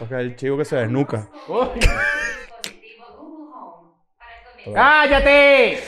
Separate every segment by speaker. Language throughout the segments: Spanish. Speaker 1: O sea, el chivo que se desnuca.
Speaker 2: Uy.
Speaker 3: dispositivo Google Home para comenzar
Speaker 2: ¡Cállate!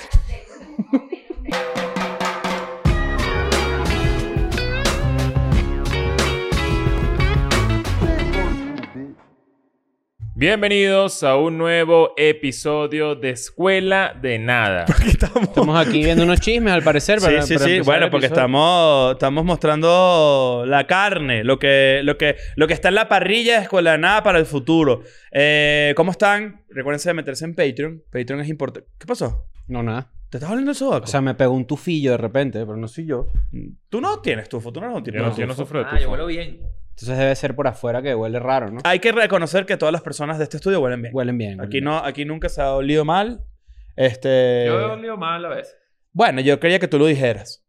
Speaker 4: Bienvenidos a un nuevo episodio de Escuela de Nada.
Speaker 1: Aquí estamos.
Speaker 5: Estamos aquí viendo unos chismes, al parecer.
Speaker 1: Sí, sí, sí. Bueno, porque estamos, estamos mostrando la carne, lo que, lo, que, lo que está en la parrilla de Escuela de Nada para el futuro. Eh, ¿Cómo están? Recuérdense de meterse en Patreon. Patreon es importante. ¿Qué pasó?
Speaker 5: No, nada.
Speaker 1: ¿Te estás hablando de soda?
Speaker 5: O sea, me pegó un tufillo de repente, pero no soy yo.
Speaker 1: tú no tienes tufo, tú no eres un tipo
Speaker 4: Yo
Speaker 1: de
Speaker 4: no,
Speaker 1: tufo.
Speaker 4: yo no sufro de
Speaker 6: Ah, yo
Speaker 4: tufo.
Speaker 6: vuelo bien.
Speaker 5: Entonces debe ser por afuera que huele raro, ¿no?
Speaker 1: Hay que reconocer que todas las personas de este estudio huelen bien.
Speaker 5: Huelen bien.
Speaker 1: Aquí,
Speaker 5: huelen
Speaker 1: no, aquí nunca se ha olido mal. Este...
Speaker 6: Yo he olido mal a veces.
Speaker 1: Bueno, yo quería que tú lo dijeras.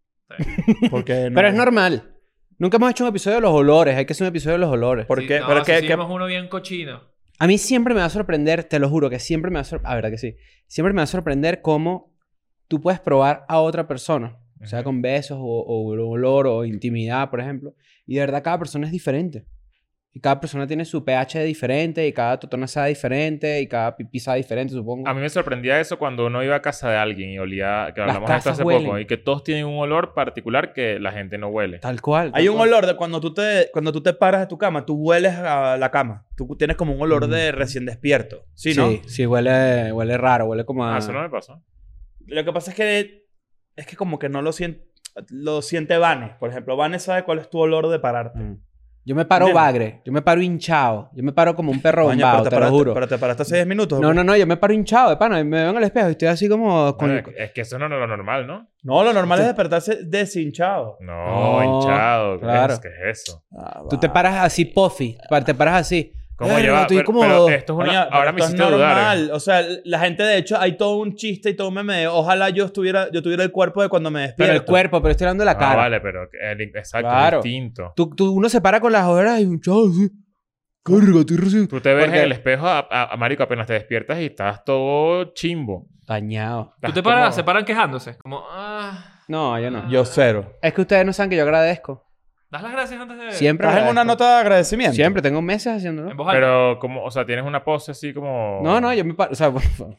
Speaker 1: Porque
Speaker 5: bien.
Speaker 1: no-
Speaker 5: Pero es normal. Nunca hemos hecho un episodio de los olores. Hay que hacer un episodio de los olores.
Speaker 1: ¿Por
Speaker 6: Sí,
Speaker 1: qué?
Speaker 6: no,
Speaker 1: pero
Speaker 6: sí
Speaker 1: que- que-
Speaker 6: hicimos uno bien cochino.
Speaker 5: A mí siempre me va a sorprender, te lo juro, que siempre me va a sorprender. A verdad que sí. Siempre me va a sorprender cómo tú puedes probar a otra persona. O sea,
Speaker 4: Ujú.
Speaker 5: con besos o, o olor o intimidad, por ejemplo. Y de verdad, cada persona es diferente. Y cada persona tiene su pH diferente, y cada totona sea diferente, y cada pipí sea diferente, supongo.
Speaker 4: A mí me sorprendía eso cuando uno iba a casa de alguien y olía, que
Speaker 5: Las
Speaker 4: hablamos de esto
Speaker 5: casas
Speaker 4: hace
Speaker 5: huelen. Ah.
Speaker 4: poco, y que todos tienen un olor particular que la gente no huele.
Speaker 5: Tal cual.
Speaker 1: Hay
Speaker 5: tal
Speaker 1: un
Speaker 5: cual.
Speaker 1: olor de cuando tú te cuando tú te paras de tu cama, tú hueles a la cama. Tú tienes como un olor
Speaker 5: Mm.
Speaker 1: de recién despierto. Sí,
Speaker 5: Sí,
Speaker 1: ¿no?
Speaker 5: sí, huele, huele raro, huele como a...
Speaker 4: Ah, eso no me pasó.
Speaker 1: Lo que pasa es que es que como que no lo siente lo siente Vane, por ejemplo, Vane sabe cuál es tu olor de pararte.
Speaker 5: Mm. Yo me paro
Speaker 1: Nena.
Speaker 5: bagre, yo me paro hinchado, yo me paro como un perro
Speaker 1: Coño,
Speaker 5: bombado,
Speaker 1: pero
Speaker 5: te,
Speaker 1: te, paraste,
Speaker 5: lo juro.
Speaker 1: pero te paraste hace 10 minutos.
Speaker 5: No, no, no, yo me paro hinchado de pana, y me veo en el espejo y estoy así como... con-
Speaker 4: Bueno, es- es que eso no es lo normal, ¿no?
Speaker 1: No, lo normal es despertarse deshinchado.
Speaker 4: No,
Speaker 5: No,
Speaker 4: hinchado.
Speaker 5: Oh, claro.
Speaker 4: Es que es eso.
Speaker 5: Tú te paras así, puffy, pa- te paras así.
Speaker 4: ¿Cómo
Speaker 5: Verga,
Speaker 4: lleva?
Speaker 5: estoy
Speaker 4: pero,
Speaker 5: como-
Speaker 4: pero esto es una...
Speaker 1: Coño, pero
Speaker 4: ahora me
Speaker 1: esto es
Speaker 4: hiciste dudar. ¿eh?
Speaker 1: normal. O sea, la gente de hecho hay todo un chiste y todo un meme. de, Ojalá yo estuviera yo tuviera el cuerpo de cuando me
Speaker 5: Pero
Speaker 1: despierto.
Speaker 5: el cuerpo, pero estoy hablando de la
Speaker 4: Ah,
Speaker 5: cara.
Speaker 4: vale, pero el- exacto,
Speaker 5: Claro.
Speaker 4: distinto.
Speaker 5: Tú, tú- uno se para con las ojeras y hinchado así. Carga, estoy recién...
Speaker 4: Tú te ves
Speaker 5: Porque-
Speaker 4: en el espejo, a, a- a marico, apenas te despiertas y estás todo chimbo.
Speaker 5: Dañado.
Speaker 4: Estás
Speaker 6: ¿Tú te paras?
Speaker 4: como-
Speaker 6: ¿Se paran quejándose? Como, ah...
Speaker 5: No, yo no.
Speaker 1: Yo cero.
Speaker 5: Es que ustedes no saben que yo agradezco.
Speaker 6: ¿Das las gracias antes de...?
Speaker 5: Siempre
Speaker 1: ¿Estás en una
Speaker 5: agradezco.
Speaker 1: nota de agradecimiento?
Speaker 5: Siempre, tengo meses haciéndolo.
Speaker 6: En voz alta.
Speaker 4: Pero, como, o sea, tienes una pose así como...
Speaker 5: No, no, yo me paro. O sea, por favor,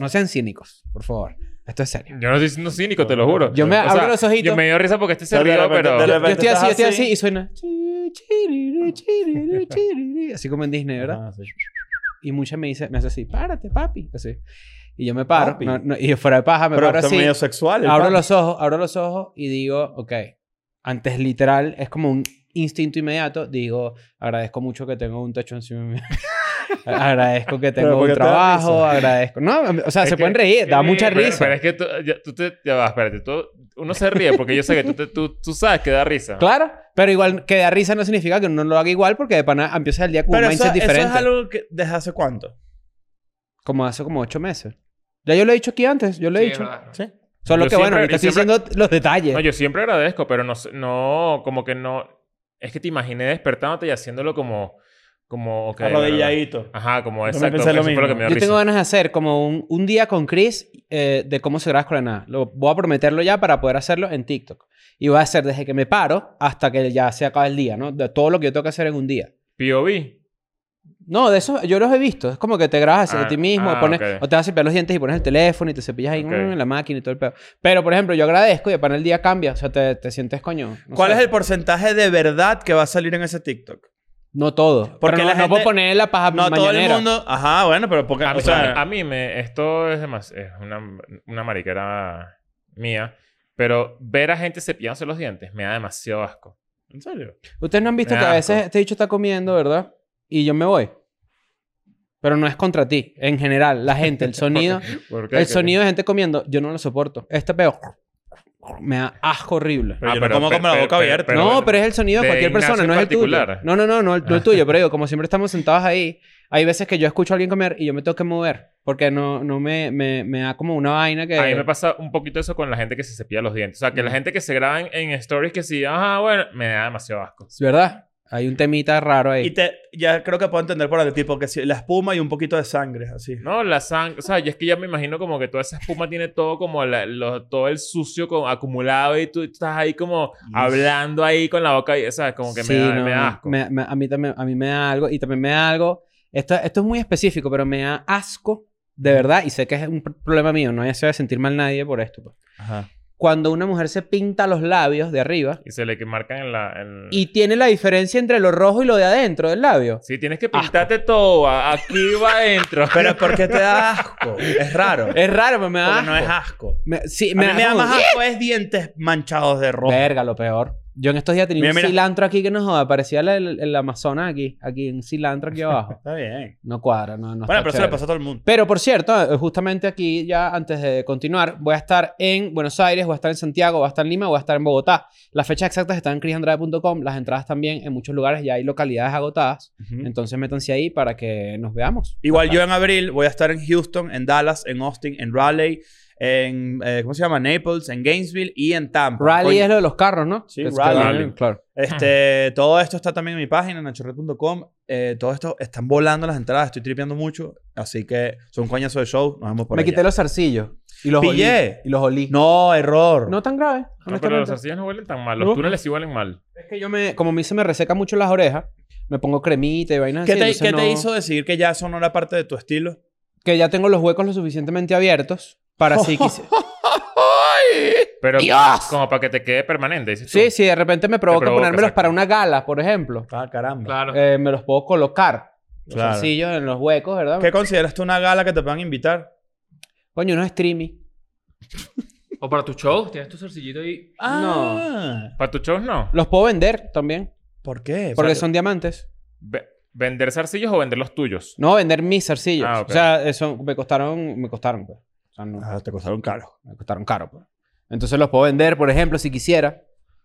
Speaker 5: no sean cínicos, por favor. Esto es serio.
Speaker 4: Yo no estoy siendo cínico, te lo juro.
Speaker 5: Yo me
Speaker 4: O sea,
Speaker 5: abro los ojitos.
Speaker 4: Yo me dio risa porque este se
Speaker 1: Pero de
Speaker 4: rió,
Speaker 1: repente-
Speaker 4: pero...
Speaker 1: de
Speaker 5: Yo,
Speaker 1: repente
Speaker 5: yo estoy
Speaker 1: estás
Speaker 5: así, yo estoy
Speaker 1: así.
Speaker 5: así y suena. chi, chiriri, chiriri, chiriri, Así como en Disney, ¿verdad?
Speaker 1: Ah, sí.
Speaker 5: Y mucha me dice, me hace así, párate, papi. Así. Y yo me paro.
Speaker 1: Papi.
Speaker 5: no- no, y yo fuera de paja, me
Speaker 1: Pero
Speaker 5: paro
Speaker 1: esto es
Speaker 5: así.
Speaker 1: medio sexual. el
Speaker 5: Abro
Speaker 1: pan.
Speaker 5: los ojos, abro los ojos y digo, ok. Antes literal, es como un instinto inmediato. Digo, agradezco mucho que tengo un techo encima de mí. agradezco que
Speaker 1: Pero
Speaker 5: tengo
Speaker 1: ¿por qué
Speaker 5: un
Speaker 1: te da
Speaker 5: trabajo, agradezco. No, o sea,
Speaker 4: Es
Speaker 5: se
Speaker 4: que-
Speaker 5: pueden reír, da
Speaker 6: sí,
Speaker 5: mucha
Speaker 4: Pero,
Speaker 5: risa.
Speaker 4: pero es que tú, ya, tú te... Ya va, espérate. tú- uno se ríe porque yo sé que tú, te- tú, tú sabes que da risa.
Speaker 5: Claro, pero igual que da risa no significa que uno lo haga igual porque de pana empieza el día con
Speaker 1: Pero
Speaker 5: un
Speaker 1: eso,
Speaker 5: mindset
Speaker 1: eso
Speaker 5: diferente.
Speaker 1: es algo que... ¿Desde hace cuánto?
Speaker 5: Como hace como ocho meses. Ya yo lo he dicho aquí antes, yo lo he
Speaker 6: Sí,
Speaker 5: dicho.
Speaker 6: es verdad.
Speaker 1: Sí.
Speaker 5: Solo
Speaker 4: Yo
Speaker 5: que bueno,
Speaker 4: siempre-
Speaker 5: ahorita
Speaker 4: yo
Speaker 5: estoy
Speaker 4: siempre-
Speaker 5: diciendo los detalles.
Speaker 4: No, yo siempre agradezco, pero no, sé- no, como que no. Es que te imaginé despertándote y haciéndolo como, como, ok, bueno,
Speaker 1: Arrodilladito.
Speaker 4: Ajá, como
Speaker 1: me
Speaker 4: exacto.
Speaker 1: pensé
Speaker 4: Eso
Speaker 1: lo
Speaker 4: fue lo
Speaker 1: mismo.
Speaker 4: que me
Speaker 5: Yo
Speaker 4: dio risa.
Speaker 5: tengo ganas de hacer como un, un día con Chris eh, de cómo se graba Escuela de nada. Lo, voy a prometerlo ya para poder hacerlo en TikTok. Y voy a hacer desde que me paro hasta que ya se acaba el día, ¿no? De todo lo que yo tengo que hacer en un día.
Speaker 4: POV.
Speaker 5: No, de eso yo los he visto. Es como que te grabas así
Speaker 4: Ah,
Speaker 5: a ti mismo,
Speaker 4: ah,
Speaker 5: pones,
Speaker 4: ok.
Speaker 5: o te vas a cepillar los dientes y pones el teléfono y te cepillas ahí
Speaker 4: Ok.
Speaker 5: mm, en la máquina y todo el pedo. Pero, por ejemplo, yo agradezco y de pana el día cambia. O sea, te, te sientes coño. no
Speaker 1: ¿Cuál
Speaker 5: sé.
Speaker 1: es el porcentaje de verdad que va a salir en ese TikTok?
Speaker 5: No todo.
Speaker 1: Porque
Speaker 5: Porque no,
Speaker 1: la
Speaker 5: no
Speaker 1: gente-
Speaker 5: puedo poner la paja
Speaker 1: No, todo el
Speaker 5: Ah, mañanera.
Speaker 1: mundo... Ajá, bueno, pero porque...
Speaker 4: A mí,
Speaker 1: o sea,
Speaker 4: a mí me, esto es, demas- es una, una mariquera mía, pero ver a gente cepillándose los dientes me da demasiado asco.
Speaker 1: ¿En serio?
Speaker 5: Ustedes no han visto
Speaker 4: Me
Speaker 5: que a
Speaker 4: da
Speaker 5: veces
Speaker 4: asco.
Speaker 5: este dicho está comiendo, ¿verdad? Y yo me voy. Pero no es contra ti. En general, la gente, el sonido.
Speaker 4: ¿Por qué?
Speaker 5: el sonido de gente comiendo, yo no lo soporto. Este pedo me da asco horrible.
Speaker 1: Ah, Pero yo no como con la boca abierta.
Speaker 4: pero-
Speaker 5: no, pero es el sonido de
Speaker 4: de
Speaker 5: cualquier persona,
Speaker 4: Ignacio
Speaker 5: no
Speaker 4: en
Speaker 5: es el tuyo.
Speaker 4: particular. Ah.
Speaker 5: No, no, no, no, el- no el tuyo, pero digo, como siempre estamos sentados ahí, hay veces que yo escucho a alguien comer y yo me tengo que mover, porque no, no me, me, me da como una vaina que... Mm.
Speaker 4: A mí me pasa un poquito eso con la gente que se cepilla los dientes. O sea, que la gente que se graba en, en stories que sí, ah, bueno, me da demasiado asco.
Speaker 5: ¿Verdad? Hay un temita raro ahí.
Speaker 1: Y te, ya creo que puedo entender por el tipo que sí, la espuma y un poquito de sangre, así.
Speaker 4: No, la sangre. O sea, yo es que ya me imagino como que toda esa espuma tiene todo como la- lo- todo el sucio como acumulado y tú estás ahí como hablando ahí con la boca. Y, o sea, como que me,
Speaker 5: Sí,
Speaker 4: da,
Speaker 5: no,
Speaker 4: me da asco.
Speaker 5: me- me- a mí también, a mí me da algo. Y también me da algo. Esto, esto es muy específico, pero me da asco, de verdad. Y sé que es un pr- problema mío. No se va a sentir mal nadie por esto. pues.
Speaker 1: Ajá.
Speaker 5: Cuando una mujer se pinta los labios de arriba
Speaker 4: Y se le que marcan en la. en-
Speaker 5: y tiene la diferencia entre lo rojo y lo de adentro del labio.
Speaker 4: Sí, tienes
Speaker 5: Ah.
Speaker 4: que pintarte todo. a- Aquí va adentro.
Speaker 1: Pero ¿por qué te da asco? Es raro.
Speaker 5: Es raro, pero me da.
Speaker 1: Porque no es asco.
Speaker 5: me, sí,
Speaker 1: A mí me da
Speaker 5: como-
Speaker 1: más asco es dientes manchados de rojo.
Speaker 5: Verga, lo peor. Yo en estos días tenía
Speaker 1: Mira,
Speaker 5: un
Speaker 1: mira.
Speaker 5: cilantro aquí que no joda. Parecía el, el, el Amazonas aquí. Aquí, un cilantro aquí abajo.
Speaker 1: Está bien.
Speaker 5: No cuadra, no,
Speaker 1: Bueno,
Speaker 5: no está
Speaker 1: pero eso le
Speaker 5: chévere.
Speaker 1: pasó a todo el mundo.
Speaker 5: Pero por cierto, eh, justamente aquí, ya antes de continuar, voy a estar en Buenos Aires, voy a estar en Santiago, voy a estar en Lima, voy a estar en Bogotá. Las fechas exactas están en crisandrade.com, las entradas también en muchos lugares, ya hay localidades agotadas.
Speaker 1: Ujú.
Speaker 5: Entonces métanse ahí para que nos veamos.
Speaker 1: Igual yo en abril voy a estar en Houston, en Dallas, en Austin, en Raleigh, en eh, ¿cómo se llama? Naples, en Gainesville y en Tampa.
Speaker 5: Rally
Speaker 1: Ah, Coño,
Speaker 5: es lo de los carros, ¿no?
Speaker 1: Sí,
Speaker 5: Que es-
Speaker 1: rally.
Speaker 5: que van- Claro.
Speaker 1: Este, todo esto está también en mi página, nachorred.com. Eh, todo esto están volando las entradas, estoy tripeando mucho, así que son un coñazo de show, nos vemos por
Speaker 5: Me
Speaker 1: allá.
Speaker 5: quité los zarcillos y los
Speaker 1: Pillé.
Speaker 5: olí. Y los olí.
Speaker 1: No, error.
Speaker 5: No tan grave.
Speaker 4: No, pero los
Speaker 5: honestamente.
Speaker 4: arcillos no huelen tan mal. Los
Speaker 5: No.
Speaker 4: túneles sí huelen mal.
Speaker 5: Es que yo me, como a mí se me reseca mucho las orejas, me pongo cremita y vainas
Speaker 1: ¿Qué,
Speaker 5: así,
Speaker 1: te,
Speaker 5: entonces
Speaker 1: qué te
Speaker 5: no-
Speaker 1: hizo decidir que ya eso no era parte de tu estilo?
Speaker 5: Que ya tengo los huecos lo suficientemente abiertos para si quise-
Speaker 4: Pero
Speaker 5: ¡Dios!
Speaker 4: como para que te quede permanente. dices tú.
Speaker 5: Sí, si de repente me provoca,
Speaker 4: provoca,
Speaker 5: ponérmelos
Speaker 4: exacto.
Speaker 5: para una gala, por ejemplo,
Speaker 1: Ah, caramba.
Speaker 6: Claro.
Speaker 5: eh, me los puedo colocar. Los
Speaker 1: Claro.
Speaker 5: zarcillos en los huecos, ¿verdad?
Speaker 1: ¿Qué consideras tú una gala que te puedan invitar?
Speaker 5: Coño, unos streaming.
Speaker 6: O para tu show, tienes tu zarcillito ahí.
Speaker 1: Ah,
Speaker 4: Para tus shows no.
Speaker 5: Los puedo vender también,
Speaker 1: ¿Por qué?
Speaker 5: porque
Speaker 1: Porque
Speaker 5: son diamantes.
Speaker 4: Ve- ¿Vender zarcillos o vender los tuyos?
Speaker 5: No, vender mis zarcillos.
Speaker 4: Ah, ok.
Speaker 5: O sea, eso me costaron, me costaron, pues. O sea, no,
Speaker 1: Ah, te costaron caro.
Speaker 5: me costaron caro, pues. Entonces los puedo vender, por ejemplo, si quisiera.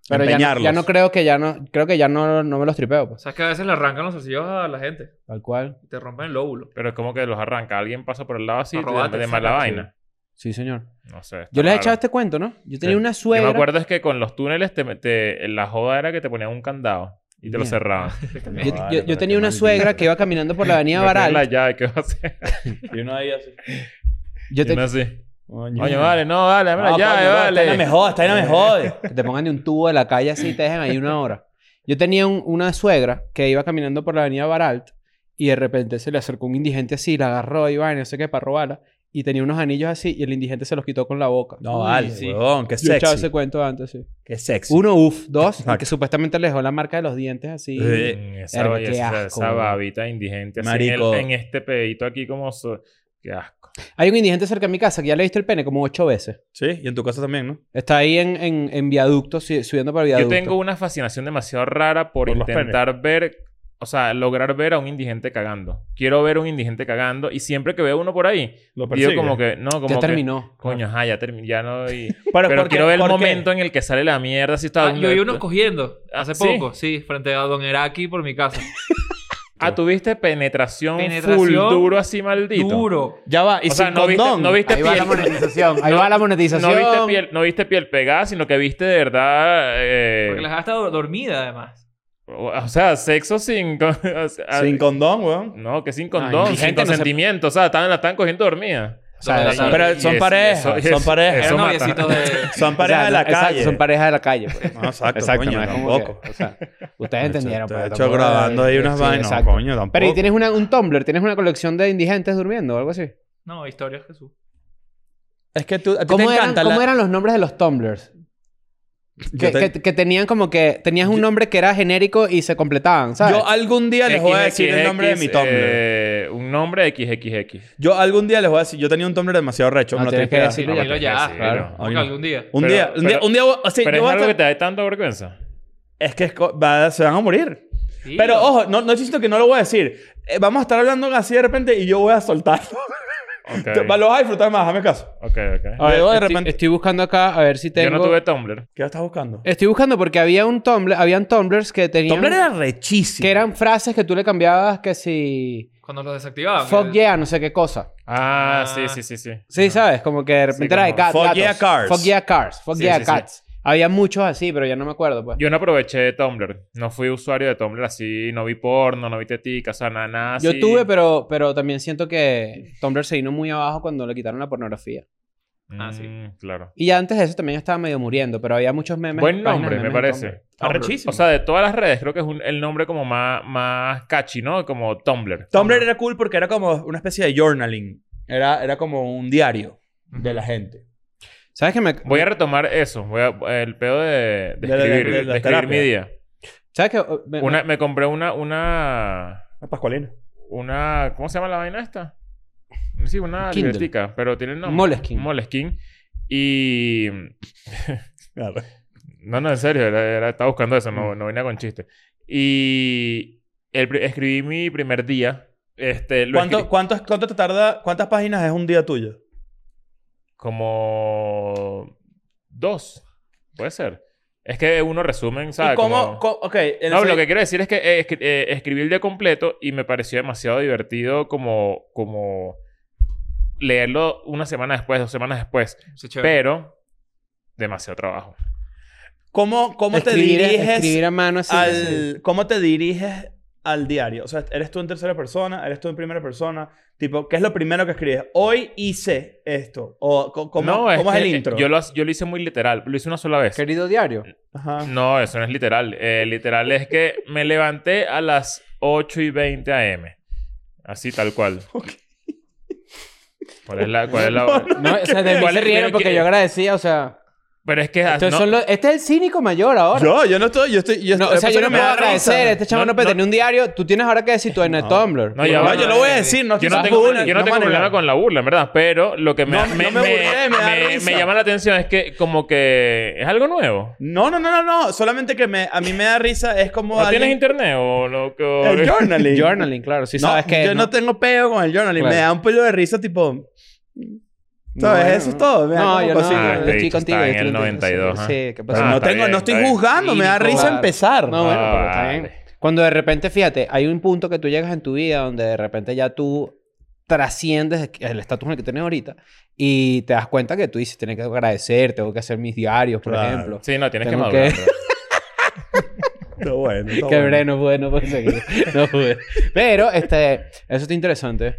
Speaker 5: Pero ya no,
Speaker 1: Empeñarlos.
Speaker 5: ya no creo que ya no, creo que ya no, no me los tripeo, pues.
Speaker 6: ¿Sabes que a veces le arrancan los zarcillos a la gente?
Speaker 5: Tal cual.
Speaker 6: Y te rompen el lóbulo.
Speaker 4: Pero es como que los arranca. Alguien pasa por el lado así
Speaker 6: Para robarte,
Speaker 4: de, de mala
Speaker 6: exacto.
Speaker 4: vaina.
Speaker 5: Sí, señor.
Speaker 4: No sé. está
Speaker 5: Yo les he
Speaker 4: raro.
Speaker 5: echado este cuento, ¿no? Yo tenía
Speaker 4: Sí.
Speaker 5: una
Speaker 4: Yo
Speaker 5: suegra.
Speaker 4: me acuerdo es que con los túneles te, te- la joda era que te ponían un candado y te lo
Speaker 5: Bien.
Speaker 4: cerraban.
Speaker 5: Yo,
Speaker 1: No,
Speaker 5: yo-
Speaker 1: vale,
Speaker 5: yo
Speaker 1: pero
Speaker 5: tenía
Speaker 1: qué
Speaker 5: una
Speaker 1: maldito.
Speaker 5: suegra que iba caminando por la avenida
Speaker 4: Me ponían la
Speaker 5: Baral.
Speaker 4: llave, ¿qué vas a hacer?
Speaker 1: Y uno ahí así.
Speaker 5: Yo
Speaker 4: Y
Speaker 5: te,
Speaker 4: uno así. Oye, vale, no, vale, dame la
Speaker 1: No,
Speaker 4: llave,
Speaker 1: coño, no, Esta
Speaker 4: vale.
Speaker 1: vaina me jode, esta vaina me jode.
Speaker 5: que te pongan de un tubo de la calle así y te dejen ahí una hora. Yo tenía un- una suegra que iba caminando por la avenida Baralt y de repente se le acercó un indigente así, la agarró y va, no sé qué, para robarla. Y tenía unos anillos así y el indigente se los quitó con la boca.
Speaker 1: No,
Speaker 6: Uy,
Speaker 1: vale,
Speaker 6: sí.
Speaker 1: huevón, qué
Speaker 5: Yo he echado ese
Speaker 1: sexy.
Speaker 5: cuento antes, sí.
Speaker 1: Qué sexy.
Speaker 5: Uno, uff. Dos, el
Speaker 1: Exacto.
Speaker 5: que supuestamente le dejó la marca de los dientes así.
Speaker 1: Eh,
Speaker 4: Mm, Esa,
Speaker 5: Verga,
Speaker 4: oye,
Speaker 5: qué
Speaker 4: esa-
Speaker 5: asco,
Speaker 4: esa
Speaker 5: bro.
Speaker 4: babita indigente así
Speaker 1: Marico.
Speaker 4: En, el- en este pedito aquí como... so- Qué asco.
Speaker 5: Hay un indigente cerca de mi casa que ya le he visto el pene como ocho veces.
Speaker 1: Sí, y en tu casa también, ¿no?
Speaker 5: Está ahí en, en, en viaducto, si- subiendo para
Speaker 4: Yo
Speaker 5: viaducto.
Speaker 4: tengo una fascinación demasiado rara por,
Speaker 1: Por los
Speaker 4: intentar ver, o sea, lograr ver a un indigente cagando. Quiero ver a un indigente cagando y siempre que veo uno por ahí,
Speaker 1: Lo
Speaker 4: digo como que, no, como
Speaker 5: Ya
Speaker 4: que,
Speaker 5: terminó.
Speaker 4: Coño, ajá, ya terminé, ya no. y-
Speaker 1: Pero,
Speaker 4: Pero
Speaker 1: ¿por qué?
Speaker 4: quiero ver el
Speaker 1: ¿Por qué?
Speaker 4: momento en el que sale la mierda, así está.
Speaker 6: Ah, yo vi unos cogiendo hace
Speaker 4: ¿sí?
Speaker 6: poco, sí, frente a Don Eraki por mi casa.
Speaker 4: Ah, tuviste penetración, full
Speaker 6: Penetración
Speaker 4: duro así maldito.
Speaker 6: Duro.
Speaker 1: Ya va, y
Speaker 4: O sea,
Speaker 1: sin
Speaker 4: no viste-
Speaker 1: condón.
Speaker 4: no viste
Speaker 5: Ahí va la
Speaker 4: piel.
Speaker 5: monetización. Ahí
Speaker 4: No-
Speaker 5: va la monetización.
Speaker 4: No viste, piel, no viste piel pegada, sino que viste de verdad. eh,
Speaker 6: Porque la dejaba hasta do- dormida, además.
Speaker 4: o sea, sexo sin. con- o sea, ah,
Speaker 1: Sin condón, weón.
Speaker 4: No, que sin
Speaker 5: Ay,
Speaker 4: condón,
Speaker 5: mi
Speaker 4: sin
Speaker 5: gente no se-
Speaker 4: consentimiento. O sea, estaban- la estaban cogiendo dormida.
Speaker 5: O sea,
Speaker 6: Donde
Speaker 5: sí.
Speaker 6: Ah, la-
Speaker 1: Pero son
Speaker 4: eso-
Speaker 1: parejas,
Speaker 4: eso-
Speaker 1: son parejas.
Speaker 4: eso
Speaker 6: Eran
Speaker 4: mata.
Speaker 6: noviecitos de...
Speaker 1: Son
Speaker 5: O sea,
Speaker 1: parejas de la
Speaker 5: exacto,
Speaker 1: calle.
Speaker 5: son parejas de la calle. pues.
Speaker 1: No, exacto,
Speaker 5: Exacto,
Speaker 1: coño,
Speaker 5: no es como
Speaker 1: tampoco.
Speaker 5: que- o sea, ustedes entendieron.
Speaker 1: Te
Speaker 5: pues,
Speaker 1: he hecho
Speaker 5: tampoco-
Speaker 1: grabando ahí unas
Speaker 5: sí,
Speaker 1: vainas. No,
Speaker 5: exacto.
Speaker 1: coño, Oh. tampoco.
Speaker 5: Pero y tienes una- un Tumblr, tienes una colección de indigentes durmiendo o algo así.
Speaker 6: No, historias Jesús.
Speaker 1: Es que tú, a ti
Speaker 5: ¿Cómo,
Speaker 1: te
Speaker 5: eran,
Speaker 1: encanta
Speaker 5: cómo
Speaker 1: la...
Speaker 5: eran los nombres de los Tumblrs?
Speaker 1: Yo,
Speaker 5: Que,
Speaker 1: te-
Speaker 5: que- que tenían como que... Tenías un nombre que era genérico y se completaban, ¿sabes?
Speaker 1: yo algún día les voy a decir el nombre de mi
Speaker 4: XXX,
Speaker 1: Tumblr.
Speaker 4: eh, un nombre XXX.
Speaker 1: Yo algún día les voy a decir... Yo tenía un Tumblr demasiado recho.
Speaker 5: No,
Speaker 1: me lo
Speaker 5: tienes
Speaker 1: tengo
Speaker 5: que
Speaker 1: dar.
Speaker 5: decirlo.
Speaker 6: No,
Speaker 5: ya.
Speaker 6: dilo
Speaker 4: te
Speaker 6: ya.
Speaker 4: creas,
Speaker 5: claro.
Speaker 4: sí, no.
Speaker 6: Porque
Speaker 1: no.
Speaker 6: algún día.
Speaker 1: Un
Speaker 4: Pero-
Speaker 1: día... Un día...
Speaker 4: pero-
Speaker 1: Un día... O sea,
Speaker 4: Pero
Speaker 1: yo
Speaker 4: es
Speaker 1: voy a
Speaker 4: algo que
Speaker 1: estar-
Speaker 4: te da tanta vergüenza.
Speaker 1: Es que es co- va- se van a morir.
Speaker 6: Sí,
Speaker 1: Pero
Speaker 6: no.
Speaker 1: ojo, no, no estoy diciendo que no lo voy a decir. Eh, vamos a estar hablando así de repente y yo voy a soltarlo.
Speaker 4: Ok.
Speaker 1: Lo vas a disfrutar más, dame caso.
Speaker 4: Ok, ok.
Speaker 5: A ver,
Speaker 1: Luego de
Speaker 5: estoy,
Speaker 1: repente-
Speaker 5: estoy buscando acá a ver si
Speaker 4: Yo
Speaker 5: tengo...
Speaker 4: no tuve Tumblr.
Speaker 1: ¿Qué estás
Speaker 4: Eh,
Speaker 1: buscando?
Speaker 5: Estoy buscando porque había un Tumblr... Habían Tumblrs que tenían...
Speaker 1: Tumblr era rechísimo.
Speaker 5: Que eran frases que tú le cambiabas que si...
Speaker 6: Cuando los desactivaban.
Speaker 5: Fuck
Speaker 6: el-
Speaker 5: yeah, no sé qué cosa.
Speaker 4: Ah,
Speaker 6: Ah.
Speaker 4: sí, sí, sí, sí.
Speaker 5: Sí, ¿sabes? Como que de repente
Speaker 4: como
Speaker 5: era de cat,
Speaker 1: fuck
Speaker 5: gatos.
Speaker 1: yeah, cars.
Speaker 5: Fuck yeah, cars. Fuck
Speaker 4: Sí,
Speaker 5: yeah,
Speaker 4: sí, sí.
Speaker 5: cats. Había muchos así, pero ya no me acuerdo, pues. Yo,
Speaker 4: Yo no aproveché de Tumblr. No fui usuario de Tumblr así. No vi porno, no vi tetica, o sea, nada, nada así.
Speaker 5: tuve, pero, pero también siento que Tumblr se vino muy abajo cuando le quitaron la pornografía.
Speaker 4: Mm,
Speaker 6: Ah, sí.
Speaker 4: Claro.
Speaker 5: Y ya antes de eso también estaba medio muriendo, pero había muchos memes.
Speaker 4: Buen
Speaker 5: páginas de
Speaker 4: nombre, me
Speaker 5: memes en
Speaker 4: parece.
Speaker 5: Tumblr.
Speaker 1: Arrechísimo.
Speaker 4: O sea, de todas las redes, creo que es un- el nombre como más, más catchy, ¿no? Como Tumblr.
Speaker 1: Tumblr era cool porque era como una especie de journaling. Era, era como un diario de la gente.
Speaker 5: ¿Sabes qué me,
Speaker 4: Voy a retomar eso. Voy a- el pedo de, de
Speaker 1: De la- de-
Speaker 4: escribir,
Speaker 1: de la
Speaker 4: de escribir mi
Speaker 1: terapia.
Speaker 4: día.
Speaker 5: ¿Sabes qué? Oh, Me-
Speaker 4: Una, me compré una, una,
Speaker 1: Una Pascualina.
Speaker 4: una, ¿cómo se llama la vaina esta? Sí, una
Speaker 5: Kindle.
Speaker 4: libretica, pero tiene nombre.
Speaker 5: Moleskine.
Speaker 4: Moleskine. Y,
Speaker 1: Claro.
Speaker 4: no, no, en serio, era- era- estaba buscando eso,
Speaker 1: Mm.
Speaker 4: no, no venía con chiste. Y el pri- escribí mi primer día. Este, lo
Speaker 1: ¿Cuánto,
Speaker 4: escribí
Speaker 1: cuántos- cuánto te tarda? ¿Cuántas páginas es un día tuyo?
Speaker 4: como dos, puede ser. Es que uno resumen, ¿sabes?
Speaker 1: ¿Y cómo,
Speaker 4: Como-
Speaker 1: co- ok, en
Speaker 4: No,
Speaker 1: ese-
Speaker 4: lo que quiero decir es que eh, escri- eh, escribí el día completo y me pareció demasiado divertido como, como leerlo una semana después, dos semanas después.
Speaker 6: Ese es chévere.
Speaker 4: Pero demasiado trabajo.
Speaker 1: ¿cómo, cómo te
Speaker 5: escribir-
Speaker 1: diriges
Speaker 5: Escribir a mano así.
Speaker 1: al,
Speaker 5: sí.
Speaker 1: ¿Cómo te diriges al diario? O sea, ¿eres tú en tercera persona? ¿Eres tú en primera persona? Tipo, ¿qué es lo primero que escribes? Hoy hice esto. O, co- ¿Cómo,
Speaker 4: No,
Speaker 1: cómo es,
Speaker 4: que,
Speaker 1: el
Speaker 4: eh,
Speaker 1: intro?
Speaker 4: Yo lo, hac- yo lo hice muy literal. Lo hice una sola vez.
Speaker 5: Querido diario.
Speaker 1: Ajá.
Speaker 4: No, eso no es literal. Eh, literal es que me levanté a las 8 y 20 a.m. Así, tal cual. ¿Cuál es la...? Cuál es la
Speaker 5: No, o sea, de mí
Speaker 4: ¿Cuál
Speaker 5: se
Speaker 4: es-
Speaker 5: rieron porque
Speaker 4: que-
Speaker 5: yo agradecía, o sea.
Speaker 4: Pero es que... ah,
Speaker 5: Entonces
Speaker 4: no-
Speaker 5: son los- este es el cínico mayor ahora.
Speaker 1: Yo, yo no estoy, yo estoy, yo
Speaker 5: No, o sea, yo no me voy a
Speaker 1: da risa.
Speaker 5: agradecer. Este chaval
Speaker 4: No,
Speaker 5: no puede
Speaker 4: no.
Speaker 5: tener un diario. Tú tienes ahora que decir tú en el
Speaker 1: No.
Speaker 5: Tumblr.
Speaker 4: No, ya
Speaker 1: No,
Speaker 4: va.
Speaker 1: yo lo voy a decir, no
Speaker 4: Yo no
Speaker 1: quizás
Speaker 4: tengo,
Speaker 1: burla,
Speaker 4: yo no tengo
Speaker 1: manejar.
Speaker 4: problema con la burla, en verdad. Pero lo que me,
Speaker 1: No,
Speaker 4: me,
Speaker 1: no me burlé, me da
Speaker 4: me-
Speaker 1: risa.
Speaker 4: me llama la atención es que como que es algo nuevo.
Speaker 1: No, no, no, no, no. Solamente que me, a mí me da risa es como
Speaker 4: ¿No
Speaker 1: alguien-
Speaker 4: tienes internet o lo que...
Speaker 1: El journaling.
Speaker 5: Journaling, claro. Si
Speaker 1: No,
Speaker 5: sabes que.
Speaker 1: yo no, tengo peo con el journaling.
Speaker 5: Claro.
Speaker 1: Me da un pelo de risa tipo...
Speaker 5: No,
Speaker 1: ¿Sabes?
Speaker 5: bueno,
Speaker 1: Eso es todo. Me da
Speaker 5: No,
Speaker 1: como
Speaker 5: yo no.
Speaker 1: cosita.
Speaker 4: Ah, este
Speaker 5: yo estoy
Speaker 4: bicho
Speaker 5: contigo.
Speaker 4: está en
Speaker 5: yo
Speaker 4: el
Speaker 5: estoy contigo,
Speaker 4: 92,
Speaker 5: sí,
Speaker 4: ajá.
Speaker 5: Sí, ¿qué
Speaker 1: Pero
Speaker 5: pasa?
Speaker 4: Ah,
Speaker 1: Pues no
Speaker 4: está
Speaker 1: tengo,
Speaker 4: bien,
Speaker 1: Ah, no estoy
Speaker 4: está bien.
Speaker 1: juzgando, me da
Speaker 5: Cínico,
Speaker 1: risa
Speaker 5: claro.
Speaker 1: empezar.
Speaker 5: No, bueno, pero está
Speaker 4: vale.
Speaker 5: bien. Cuando de repente, fíjate, hay un punto que tú llegas en tu vida donde de repente ya tú trasciendes el estatus en el que tienes ahorita y te das cuenta que tú dices, tienes que agradecer, tengo que hacer mis diarios, por
Speaker 1: Claro.
Speaker 5: ejemplo.
Speaker 4: Sí, no, tienes
Speaker 5: Tengo
Speaker 4: que madurar.
Speaker 5: que-
Speaker 4: ¿verdad?
Speaker 1: Está bueno. está
Speaker 5: Qué
Speaker 1: bueno.
Speaker 5: breve, no pude, no pude seguir. No pude. Pero, este, eso está interesante.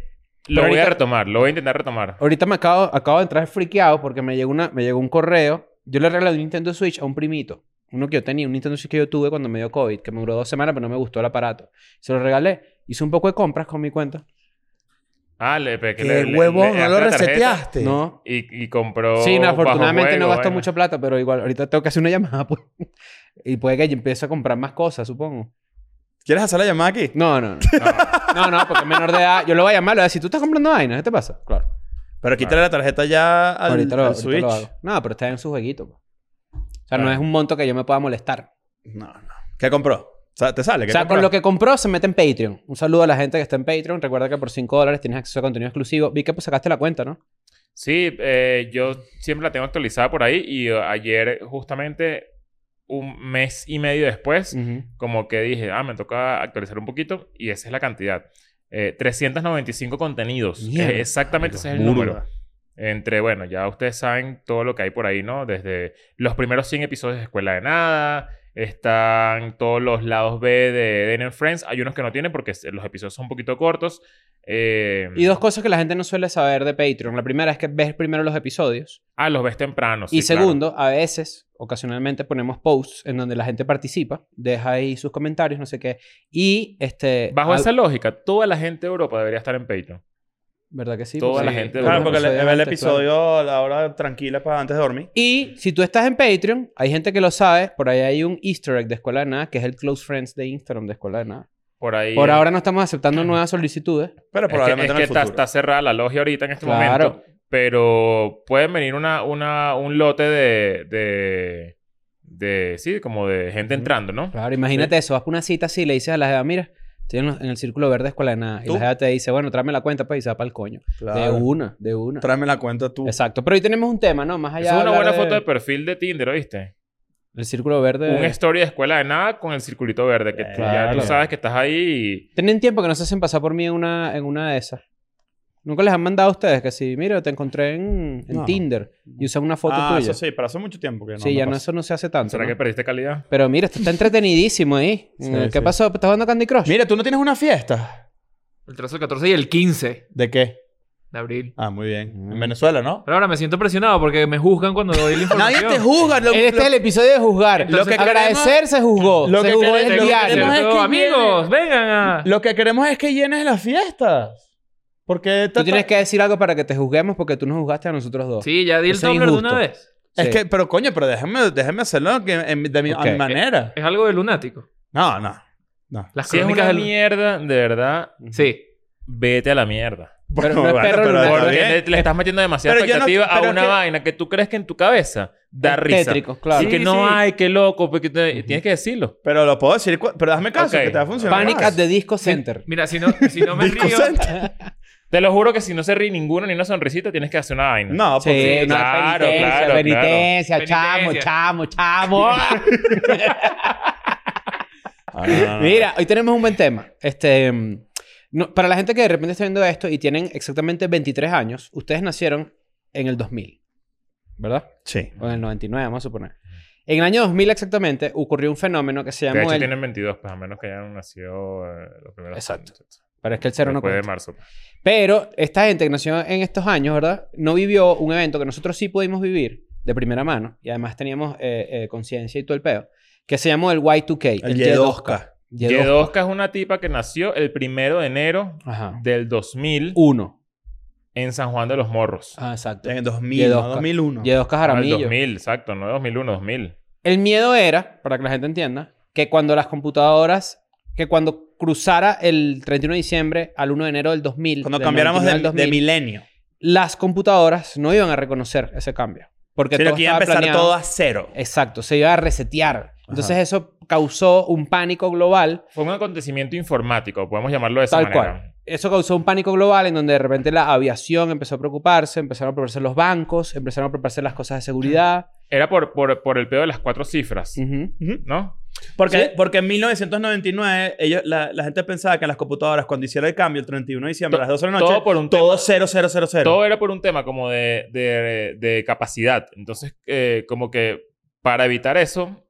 Speaker 4: Lo voy a
Speaker 5: ahorita-
Speaker 4: retomar, lo voy a intentar retomar.
Speaker 5: Ahorita me acabo, acabo de entrar friqueado porque me llegó, una, me llegó un correo. Yo le regalé un Nintendo Switch a un primito. Uno que yo tenía, un Nintendo Switch que yo tuve cuando me dio COVID, que me duró dos semanas, pero no me gustó el aparato. Se lo regalé. Hice un poco de compras con mi cuenta.
Speaker 4: Ah, le, pe- que
Speaker 1: Qué
Speaker 4: le- le-
Speaker 1: huevón,
Speaker 4: le-
Speaker 1: no
Speaker 4: hace
Speaker 1: lo
Speaker 4: la tarjeta
Speaker 1: reseteaste.
Speaker 5: No.
Speaker 4: Y, y compró.
Speaker 5: Sí, no, afortunadamente no
Speaker 4: Oh, bajo juego,
Speaker 5: gastó
Speaker 4: vaina.
Speaker 5: mucha plata, pero igual ahorita tengo que hacer una llamada. pues. Y puede que yo empiece a comprar más cosas, supongo.
Speaker 1: ¿Quieres hacer la llamada aquí?
Speaker 5: No, no, no. No, no, porque es menor de edad. Yo lo voy a llamar, le voy a decir, tú estás comprando vainas, ¿qué te pasa? Claro.
Speaker 1: Pero quítale la tarjeta ya al,
Speaker 5: Ah. ahorita lo,
Speaker 1: al
Speaker 5: ahorita
Speaker 1: Switch.
Speaker 5: lo hago. No, pero está en su jueguito. po. O sea, no
Speaker 4: Claro.
Speaker 5: es un monto que yo me pueda molestar.
Speaker 1: No, no. ¿Qué compró? O sea, ¿Te sale?
Speaker 5: O
Speaker 1: ¿Qué
Speaker 5: sea,
Speaker 1: compró?
Speaker 5: con lo que compró se mete en Patreon. Un saludo a la gente que está en Patreon. Recuerda que por 5 dólares tienes acceso a contenido exclusivo. Vi que pues, sacaste la cuenta, ¿no?
Speaker 4: Sí, eh, yo siempre la tengo actualizada por ahí y eh, ayer, justamente un mes y medio después,
Speaker 5: Mm.
Speaker 4: como que dije, ah, me toca actualizar un poquito y esa es la cantidad. Eh, 395 contenidos.
Speaker 5: Mierda,
Speaker 4: Eh, exactamente ese es el
Speaker 1: Burda.
Speaker 4: número. Entre, bueno, ya ustedes saben todo lo que hay por ahí, ¿no? Desde los primeros 100 episodios de Escuela de Nada, están todos los lados B de Den and Friends. Hay unos que no tienen porque los episodios son un poquito cortos. Eh,
Speaker 5: Y dos cosas que la gente no suele saber de Patreon. La primera es que ves primero los episodios.
Speaker 4: Ah, los ves temprano. sí,
Speaker 5: y
Speaker 4: claro.
Speaker 5: segundo, a veces, ocasionalmente ponemos posts en donde la gente participa. Deja ahí sus comentarios, no sé qué. Y este...
Speaker 4: Bajo
Speaker 5: al-
Speaker 4: esa lógica, toda la gente de Europa debería estar en Patreon.
Speaker 5: ¿Verdad que sí?
Speaker 4: toda
Speaker 5: Porque
Speaker 4: la
Speaker 5: sí,
Speaker 4: gente
Speaker 5: tenemos
Speaker 1: Claro, porque el,
Speaker 5: episodios
Speaker 1: el
Speaker 5: antes, claro.
Speaker 1: episodio a la hora tranquila para antes de dormir.
Speaker 5: Y si tú estás en Patreon, hay gente que lo sabe, por ahí hay un easter egg de Escuela de Nada, que es el Close Friends de Instagram de Escuela de Nada.
Speaker 4: Por ahí.
Speaker 5: Por ahora no estamos aceptando nuevas solicitudes.
Speaker 1: Pero
Speaker 4: es que, es
Speaker 1: probablemente
Speaker 4: que
Speaker 1: en el
Speaker 4: está,
Speaker 1: futuro.
Speaker 4: está cerrada la logia ahorita en este
Speaker 5: Claro.
Speaker 4: momento. Pero pueden venir una, una, un lote de, de, de. Sí, como de gente entrando, ¿no?
Speaker 5: Claro, imagínate eso, vas por una cita así y le dices a la jeva, mira, estoy en, los- en el círculo verde de Escuela de Nada. Y
Speaker 1: ¿Tú?
Speaker 5: la jeva te dice, bueno, tráeme la cuenta, pues, y se va para el coño.
Speaker 1: Claro.
Speaker 5: De una, de una.
Speaker 1: Tráeme la cuenta tú.
Speaker 5: Exacto, pero hoy tenemos un tema, ¿no? Más allá
Speaker 4: Esa es una
Speaker 5: hablar
Speaker 4: buena foto de perfil de Tinder, ¿oíste?
Speaker 5: El círculo verde.
Speaker 4: Un story de escuela de nada con el circulito verde. Que tú- ya
Speaker 5: Claro.
Speaker 4: tú sabes que estás ahí y.
Speaker 5: Tienen tiempo que no se hacen pasar por mí en una, en una de esas. Nunca les han mandado a ustedes que si, mira, te encontré en, en
Speaker 1: No.
Speaker 5: Tinder y usan una foto
Speaker 1: ah,
Speaker 5: tuya.
Speaker 1: eso sí, pero hace mucho tiempo que no.
Speaker 5: sí, ya no,
Speaker 1: pasa.
Speaker 5: eso no se hace tanto.
Speaker 4: ¿Será
Speaker 5: ¿no?
Speaker 4: que perdiste calidad?
Speaker 5: Pero mira, esto está entretenidísimo ahí. Eh,
Speaker 1: Sí,
Speaker 5: ¿Qué
Speaker 1: sí.
Speaker 5: pasó? ¿Estás jugando Candy Crush?
Speaker 1: Mira, tú no tienes una fiesta.
Speaker 6: El 13, el 14 y el 15
Speaker 1: ¿De qué?
Speaker 6: de abril.
Speaker 1: Ah, muy bien.
Speaker 5: Mm.
Speaker 1: En Venezuela, ¿no?
Speaker 6: Pero ahora me siento presionado porque me juzgan cuando doy la información.
Speaker 1: Nadie te juzga. Lo,
Speaker 5: este es el episodio de juzgar.
Speaker 1: Entonces,
Speaker 5: lo que agradecer se juzgó.
Speaker 1: lo
Speaker 5: se
Speaker 1: que
Speaker 5: juzgó
Speaker 1: queremos-
Speaker 5: en
Speaker 1: lo
Speaker 5: el
Speaker 1: que
Speaker 5: diario.
Speaker 1: queremos- es que
Speaker 6: amigos, vengan a...
Speaker 1: lo- lo que queremos es que llenes las fiestas. Porque
Speaker 5: Tú tienes que decir algo para que te juzguemos porque tú nos juzgaste a nosotros dos.
Speaker 6: Sí, ya di el
Speaker 5: Eso es
Speaker 6: Tumblr de una
Speaker 5: injusto.
Speaker 6: vez.
Speaker 1: Es
Speaker 5: Sí.
Speaker 1: que, pero coño, pero déjame, déjame hacerlo que- en- de mi a mi
Speaker 5: Ok.
Speaker 1: manera.
Speaker 6: Es algo de lunático.
Speaker 1: No, no. No.
Speaker 6: Las
Speaker 4: Si es
Speaker 6: crónicas
Speaker 4: una
Speaker 6: del...
Speaker 4: mierda, de verdad,
Speaker 6: Sí.
Speaker 4: vete a la mierda.
Speaker 5: Pero no es
Speaker 1: bueno,
Speaker 5: perro
Speaker 1: pero
Speaker 5: lunar.
Speaker 1: está
Speaker 4: Porque
Speaker 1: bien.
Speaker 4: le, le estás metiendo demasiada
Speaker 1: Pero yo no-
Speaker 4: expectativa
Speaker 1: pero
Speaker 4: a una
Speaker 1: que-
Speaker 4: vaina que tú crees que en tu cabeza da
Speaker 5: Es
Speaker 4: risa.
Speaker 5: tétrico, claro.
Speaker 4: Y que
Speaker 6: Sí,
Speaker 4: no,
Speaker 6: sí.
Speaker 4: ay, qué loco. Porque te- tienes que decirlo.
Speaker 1: Pero lo puedo decir. cu- Pero hazme caso,
Speaker 4: Ok.
Speaker 1: que te va a funcionar.
Speaker 5: Panic
Speaker 1: más.
Speaker 5: at the Disco Center.
Speaker 6: Mira, si no, si no me
Speaker 1: Disco
Speaker 6: río...
Speaker 1: Center.
Speaker 4: Te lo juro que si no se ríe ninguno ni una sonrisita, tienes que hacer una vaina.
Speaker 1: No,
Speaker 5: Sí,
Speaker 1: porque...
Speaker 5: no,
Speaker 4: claro,
Speaker 5: penitencia,
Speaker 4: claro,
Speaker 5: penitencia,
Speaker 6: claro.
Speaker 5: chamo, chamo, chamo.
Speaker 1: Ah, no, no, no.
Speaker 5: Mira, hoy tenemos un buen tema. Este, mm, no, para la gente que de repente está viendo esto y tienen exactamente 23 años, ustedes nacieron en el 2000, ¿verdad?
Speaker 1: Sí.
Speaker 5: O en el 99, vamos a suponer. En el año 2000 exactamente ocurrió un fenómeno que se
Speaker 4: De
Speaker 5: llamó
Speaker 4: hecho,
Speaker 5: el...
Speaker 4: tienen 22, pues a menos que hayan nacido eh, los primeros.
Speaker 5: Exacto. Pero es que el cero no
Speaker 4: Después de
Speaker 5: cuenta.
Speaker 4: marzo.
Speaker 5: Pero esta gente que nació en estos años, ¿verdad? No vivió un evento que nosotros sí pudimos vivir de primera mano. Y además teníamos eh, eh, conciencia y todo el peo. Que se llamó el Y2K.
Speaker 1: El Yedoska.
Speaker 5: Y2K.
Speaker 4: Yedoska es una tipa que nació el primero de enero
Speaker 5: Ajá.
Speaker 4: del 2000
Speaker 5: Uno.
Speaker 4: en San Juan de los Morros.
Speaker 5: Uh. Ah, exacto.
Speaker 1: En el 2000,
Speaker 5: Yedoska.
Speaker 1: no, 2001.
Speaker 5: Y2K
Speaker 4: Ah, el
Speaker 5: Jaramillo.
Speaker 4: 2000, exacto. No 2001, 2000.
Speaker 5: El miedo era, para que la gente entienda, que cuando las computadoras, que cuando cruzara el 31 de diciembre al 1 de enero del 2000,
Speaker 1: Cuando
Speaker 5: del
Speaker 1: cambiáramos
Speaker 5: 99
Speaker 1: de,
Speaker 5: al
Speaker 1: de
Speaker 5: 2000,
Speaker 1: milenio.
Speaker 5: las computadoras no iban a reconocer ese cambio. Porque
Speaker 1: Sino
Speaker 5: todo
Speaker 1: que iba a
Speaker 5: estaba
Speaker 1: empezar
Speaker 5: planeado.
Speaker 1: todo a cero.
Speaker 5: Exacto, se iba a resetear. Entonces eso causó un pánico global.
Speaker 4: Fue un acontecimiento informático, podemos llamarlo de esa
Speaker 5: Tal
Speaker 4: manera.
Speaker 5: cual. Eso causó un pánico global en donde de repente la aviación empezó a preocuparse, empezaron a preocuparse los bancos, empezaron a preocuparse las cosas de seguridad.
Speaker 4: Era por, por, por el pedo de las cuatro cifras,
Speaker 5: Ujú.
Speaker 1: Ujú.
Speaker 4: ¿no?
Speaker 1: Porque,
Speaker 5: Sí.
Speaker 1: porque en 1999 ellos, la, la gente pensaba que en las computadoras cuando hiciera el cambio el 31 de diciembre a las 12 de la noche,
Speaker 4: todo por un
Speaker 1: todo 0000.
Speaker 4: Todo era por un tema como de, de- de capacidad. Entonces, eh, como que para evitar eso,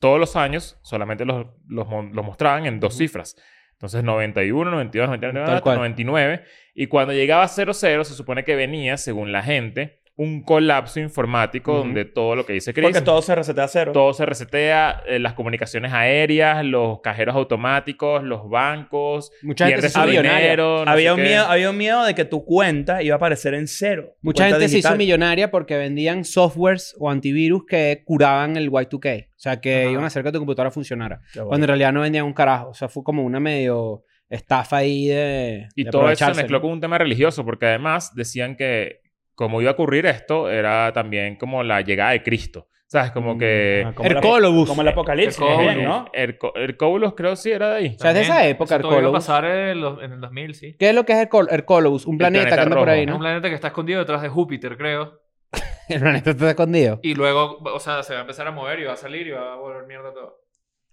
Speaker 4: todos los años solamente los, los, mon- los mostraban en dos cifras. Entonces, 91, 92, 99,
Speaker 5: Tal cual.
Speaker 4: 99. Y cuando llegaba a 00, se supone que venía, según la gente, un colapso informático
Speaker 5: Ujú.
Speaker 4: donde todo lo que dice Chris...
Speaker 1: porque todo se resetea a cero.
Speaker 4: Todo se resetea, eh, las comunicaciones aéreas, los cajeros automáticos, los bancos,
Speaker 5: Mucha gente
Speaker 4: pierde
Speaker 5: se
Speaker 4: su
Speaker 5: hizo millonaria.
Speaker 4: dinero. no
Speaker 1: había,
Speaker 4: sé
Speaker 1: un
Speaker 4: qué.
Speaker 1: miedo, había un miedo de que tu cuenta iba a aparecer en cero. tu
Speaker 5: Mucha
Speaker 1: cuenta
Speaker 5: gente se hizo
Speaker 1: digital.
Speaker 5: millonaria porque vendían softwares o antivirus que curaban el Y2K. O sea, que
Speaker 1: Ajá.
Speaker 5: iban a hacer que tu computadora funcionara.
Speaker 1: Qué bueno.
Speaker 5: Cuando en realidad no vendían un carajo. O sea, fue como una medio estafa ahí de.
Speaker 4: Y
Speaker 5: de
Speaker 4: todo eso se
Speaker 5: aprovecharse,
Speaker 4: mezcló
Speaker 5: ¿no?
Speaker 4: con un tema religioso, porque además decían que como iba a ocurrir esto, era también como la llegada de Cristo. ¿Sabes? Como
Speaker 5: Mm,
Speaker 4: que...
Speaker 1: Ah, como el
Speaker 5: Hercólobus.
Speaker 1: apo- Como el apocalipsis,
Speaker 6: Hercólobus.
Speaker 1: bien, ¿no?
Speaker 4: Herco- Hercóbulos creo sí era de ahí.
Speaker 5: O sea, es de esa
Speaker 6: También,
Speaker 5: época,
Speaker 6: eso todavía va a
Speaker 5: Arcólogos.
Speaker 6: pasar en, los- en el 2000, sí.
Speaker 5: ¿Qué es lo que es Hercol- Hercólobus? Un planeta,
Speaker 4: planeta
Speaker 5: que anda por
Speaker 4: rojo.
Speaker 5: ahí,
Speaker 6: Es un
Speaker 5: ¿no?
Speaker 6: planeta que está escondido detrás de Júpiter, creo.
Speaker 5: El planeta está escondido.
Speaker 6: Y luego, o sea, se va a empezar a mover y va a salir y va a volver mierda todo.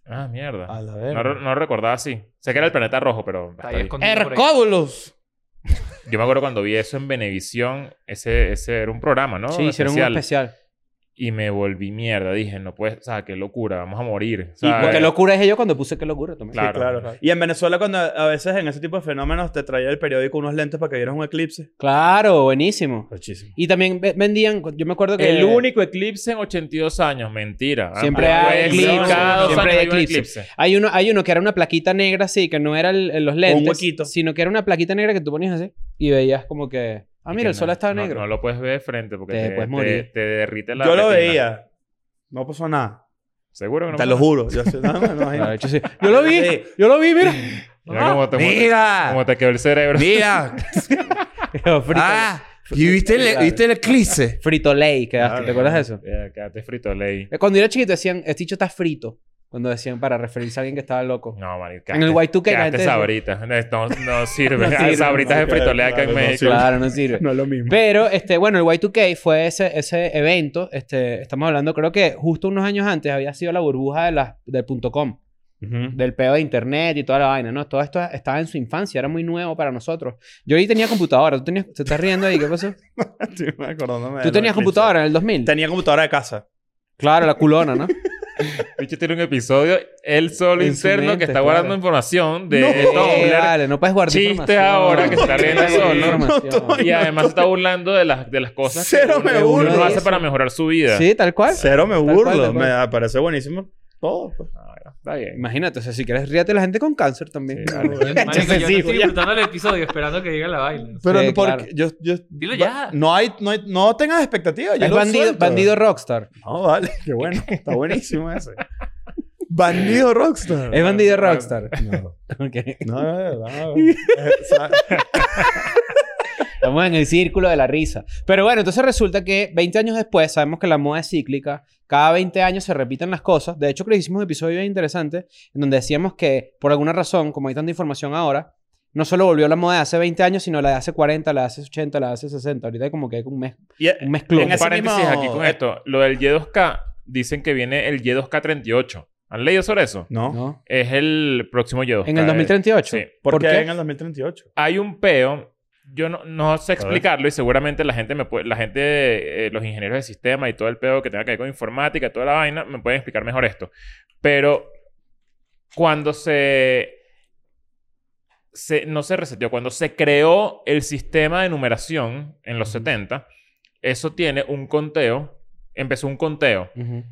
Speaker 4: Ah, mierda.
Speaker 1: A la
Speaker 4: No,
Speaker 1: verga.
Speaker 4: re- no recordaba así. Sé que era el planeta rojo, pero...
Speaker 6: Está
Speaker 4: hasta
Speaker 6: ahí
Speaker 4: ahí.
Speaker 6: escondido por ahí.
Speaker 5: ¡Hercólobus!
Speaker 4: Yo me acuerdo cuando vi eso en Benevisión. Ese, ese era un programa, ¿no?
Speaker 5: sí, hicieron un especial.
Speaker 4: Y me volví mierda. Dije, no puedes... O sea, qué locura. Vamos a morir. O sea, eh,
Speaker 5: Y qué locura es ello cuando puse qué locura también.
Speaker 1: Sí,
Speaker 4: Claro.
Speaker 1: claro. Y en Venezuela, cuando a veces en ese tipo de fenómenos te traía el periódico unos lentes para que vieras un eclipse.
Speaker 5: Claro, buenísimo.
Speaker 1: Muchísimo.
Speaker 5: Y también ve- vendían, yo me acuerdo que.
Speaker 4: El único eclipse en 82 años. Mentira.
Speaker 5: Siempre
Speaker 4: Ah, pues,
Speaker 5: hay eclipse,
Speaker 4: Cada dos
Speaker 5: siempre
Speaker 4: años
Speaker 5: hay
Speaker 4: hay un
Speaker 5: eclipse.
Speaker 4: eclipse.
Speaker 5: Hay uno, hay uno que era una plaquita negra, sí, que no era el- el- los lentes.
Speaker 1: huequito.
Speaker 5: Sino que era una plaquita negra que tú ponías así y veías como que. Ah,
Speaker 4: Y
Speaker 5: mira,
Speaker 4: que
Speaker 5: el sol
Speaker 4: no-
Speaker 5: estaba
Speaker 4: no-
Speaker 5: negro.
Speaker 4: No, lo puedes ver de frente porque
Speaker 5: Te
Speaker 4: te,
Speaker 5: puedes
Speaker 4: te-
Speaker 5: morir.
Speaker 4: te derrite la
Speaker 1: Yo lo
Speaker 4: retina.
Speaker 1: veía. No pasó nada.
Speaker 4: Seguro que
Speaker 1: te
Speaker 4: no. pasa
Speaker 1: lo
Speaker 4: nada?
Speaker 1: juro. Yo, sé- no, no, no,
Speaker 5: Claro, de
Speaker 1: imagínate.
Speaker 5: hecho, sí. Yo lo vi,
Speaker 1: Sí.
Speaker 5: yo lo vi, mira.
Speaker 4: Mira cómo te,
Speaker 2: Mira.
Speaker 4: Como te quedó el cerebro.
Speaker 2: Mira, ah, ¿y viste el, viste el eclipse?
Speaker 5: Frito Lay, quedaste, ¿te acuerdas de eso?
Speaker 4: Eh, Quédate frito, ley.
Speaker 5: Eh, Cuando yo era chiquito decían, este dicho está frito. Cuando decían para referirse a alguien que estaba loco.
Speaker 4: No, marica.
Speaker 5: En el Y2K la gente decía-
Speaker 4: sabrita. No, no sirve.
Speaker 5: No
Speaker 4: Ah,
Speaker 5: sirve,
Speaker 4: Sabritas
Speaker 1: marica,
Speaker 4: de frito acá
Speaker 1: claro,
Speaker 4: en
Speaker 1: no
Speaker 4: México.
Speaker 1: sirve.
Speaker 5: Claro, no sirve.
Speaker 1: No es lo mismo.
Speaker 5: Pero, este, bueno, el Y2K fue ese, ese evento. Este, estamos hablando, creo que justo unos años antes había sido la burbuja de las, del punto .com.
Speaker 1: Ujú.
Speaker 5: del pedo de internet y toda la vaina, ¿no? Todo esto estaba en su infancia, era muy nuevo para nosotros. Yo ahí tenía computadora, tú tenías, te estás riendo ahí, ¿qué pasó?
Speaker 1: Estoy acordándome de
Speaker 5: Tú
Speaker 1: lo
Speaker 5: tenías
Speaker 1: de Clint
Speaker 5: computadora en el 2000.
Speaker 1: Eastwood. Tenía computadora de casa.
Speaker 5: Claro, la culona, ¿no?
Speaker 4: Bicho tiene un episodio, él solo
Speaker 5: En su
Speaker 4: interno,
Speaker 5: mente,
Speaker 4: que está guardando
Speaker 5: claro.
Speaker 4: información de
Speaker 5: Eh,
Speaker 4: Tumblr.
Speaker 5: vale, no puedes guardar
Speaker 4: Chistes
Speaker 5: información.
Speaker 4: ahora que se está riendo solo.
Speaker 5: Información.
Speaker 4: Y además está burlando de las, de las cosas que
Speaker 1: Cero
Speaker 4: uno-
Speaker 1: me
Speaker 4: uno,
Speaker 1: burlo.
Speaker 4: hace para mejorar su vida.
Speaker 5: Sí, tal cual.
Speaker 1: Cero me
Speaker 5: cual,
Speaker 1: burlo.
Speaker 5: tal cual.
Speaker 1: Me ah, parece buenísimo todo. pues.
Speaker 4: Ah, bueno, está bien.
Speaker 5: Imagínate, o sea, si quieres ríate de la gente con cáncer también.
Speaker 4: Sí,
Speaker 5: Claro.
Speaker 4: vale.
Speaker 6: Marico, yo
Speaker 1: Entonces,
Speaker 6: no
Speaker 1: sí,
Speaker 6: estoy
Speaker 1: ya.
Speaker 6: disfrutando el episodio esperando que diga la vaina.
Speaker 1: Pero
Speaker 5: Sí,
Speaker 1: no porque
Speaker 5: claro.
Speaker 1: yo, yo-
Speaker 6: Dilo ya.
Speaker 1: No hay, no hay, no tengas expectativas. yo
Speaker 5: Es
Speaker 1: lo
Speaker 5: bandido,
Speaker 1: suelto.
Speaker 5: bandido rockstar.
Speaker 1: No, vale. Qué bueno. Está buenísimo ese. bandido Rockstar.
Speaker 5: Es bandido rockstar.
Speaker 1: No,
Speaker 5: Ok.
Speaker 1: no, no, no. Eh, sa-
Speaker 5: Estamos en el círculo de la risa. Pero bueno, entonces resulta que 20 años después, sabemos que la moda es cíclica, cada 20 años se repiten las cosas. De hecho, creo que hicimos un episodio bien interesante en donde decíamos que, por alguna razón, como hay tanta información ahora, no solo volvió la moda de hace 20 años, sino la de hace 40, la de hace 80, la de hace 60. Ahorita como que hay un, mes,
Speaker 1: y-
Speaker 5: un mezclón.
Speaker 1: En
Speaker 4: Un
Speaker 1: ese
Speaker 4: paréntesis
Speaker 1: mismo- e-
Speaker 4: aquí con esto. Lo del Y2K, dicen que viene el Y2K38. ¿Han leído sobre eso?
Speaker 1: no.
Speaker 5: ¿no?
Speaker 4: Es el próximo Y2K.
Speaker 5: En el 2038.
Speaker 4: Sí.
Speaker 1: ¿Por,
Speaker 5: ¿Por
Speaker 1: qué
Speaker 5: qué?
Speaker 1: en el 2038?
Speaker 4: Hay un peo. Yo no, no sé explicarlo y seguramente la gente me puede, la gente, eh, los ingenieros de sistema y todo el peo que tenga que ver con informática, toda la vaina, me pueden explicar mejor esto. Pero cuando se, se- no se reseteó, cuando se creó el sistema de numeración en los 70, eso tiene un conteo, empezó un conteo.
Speaker 5: Ujú.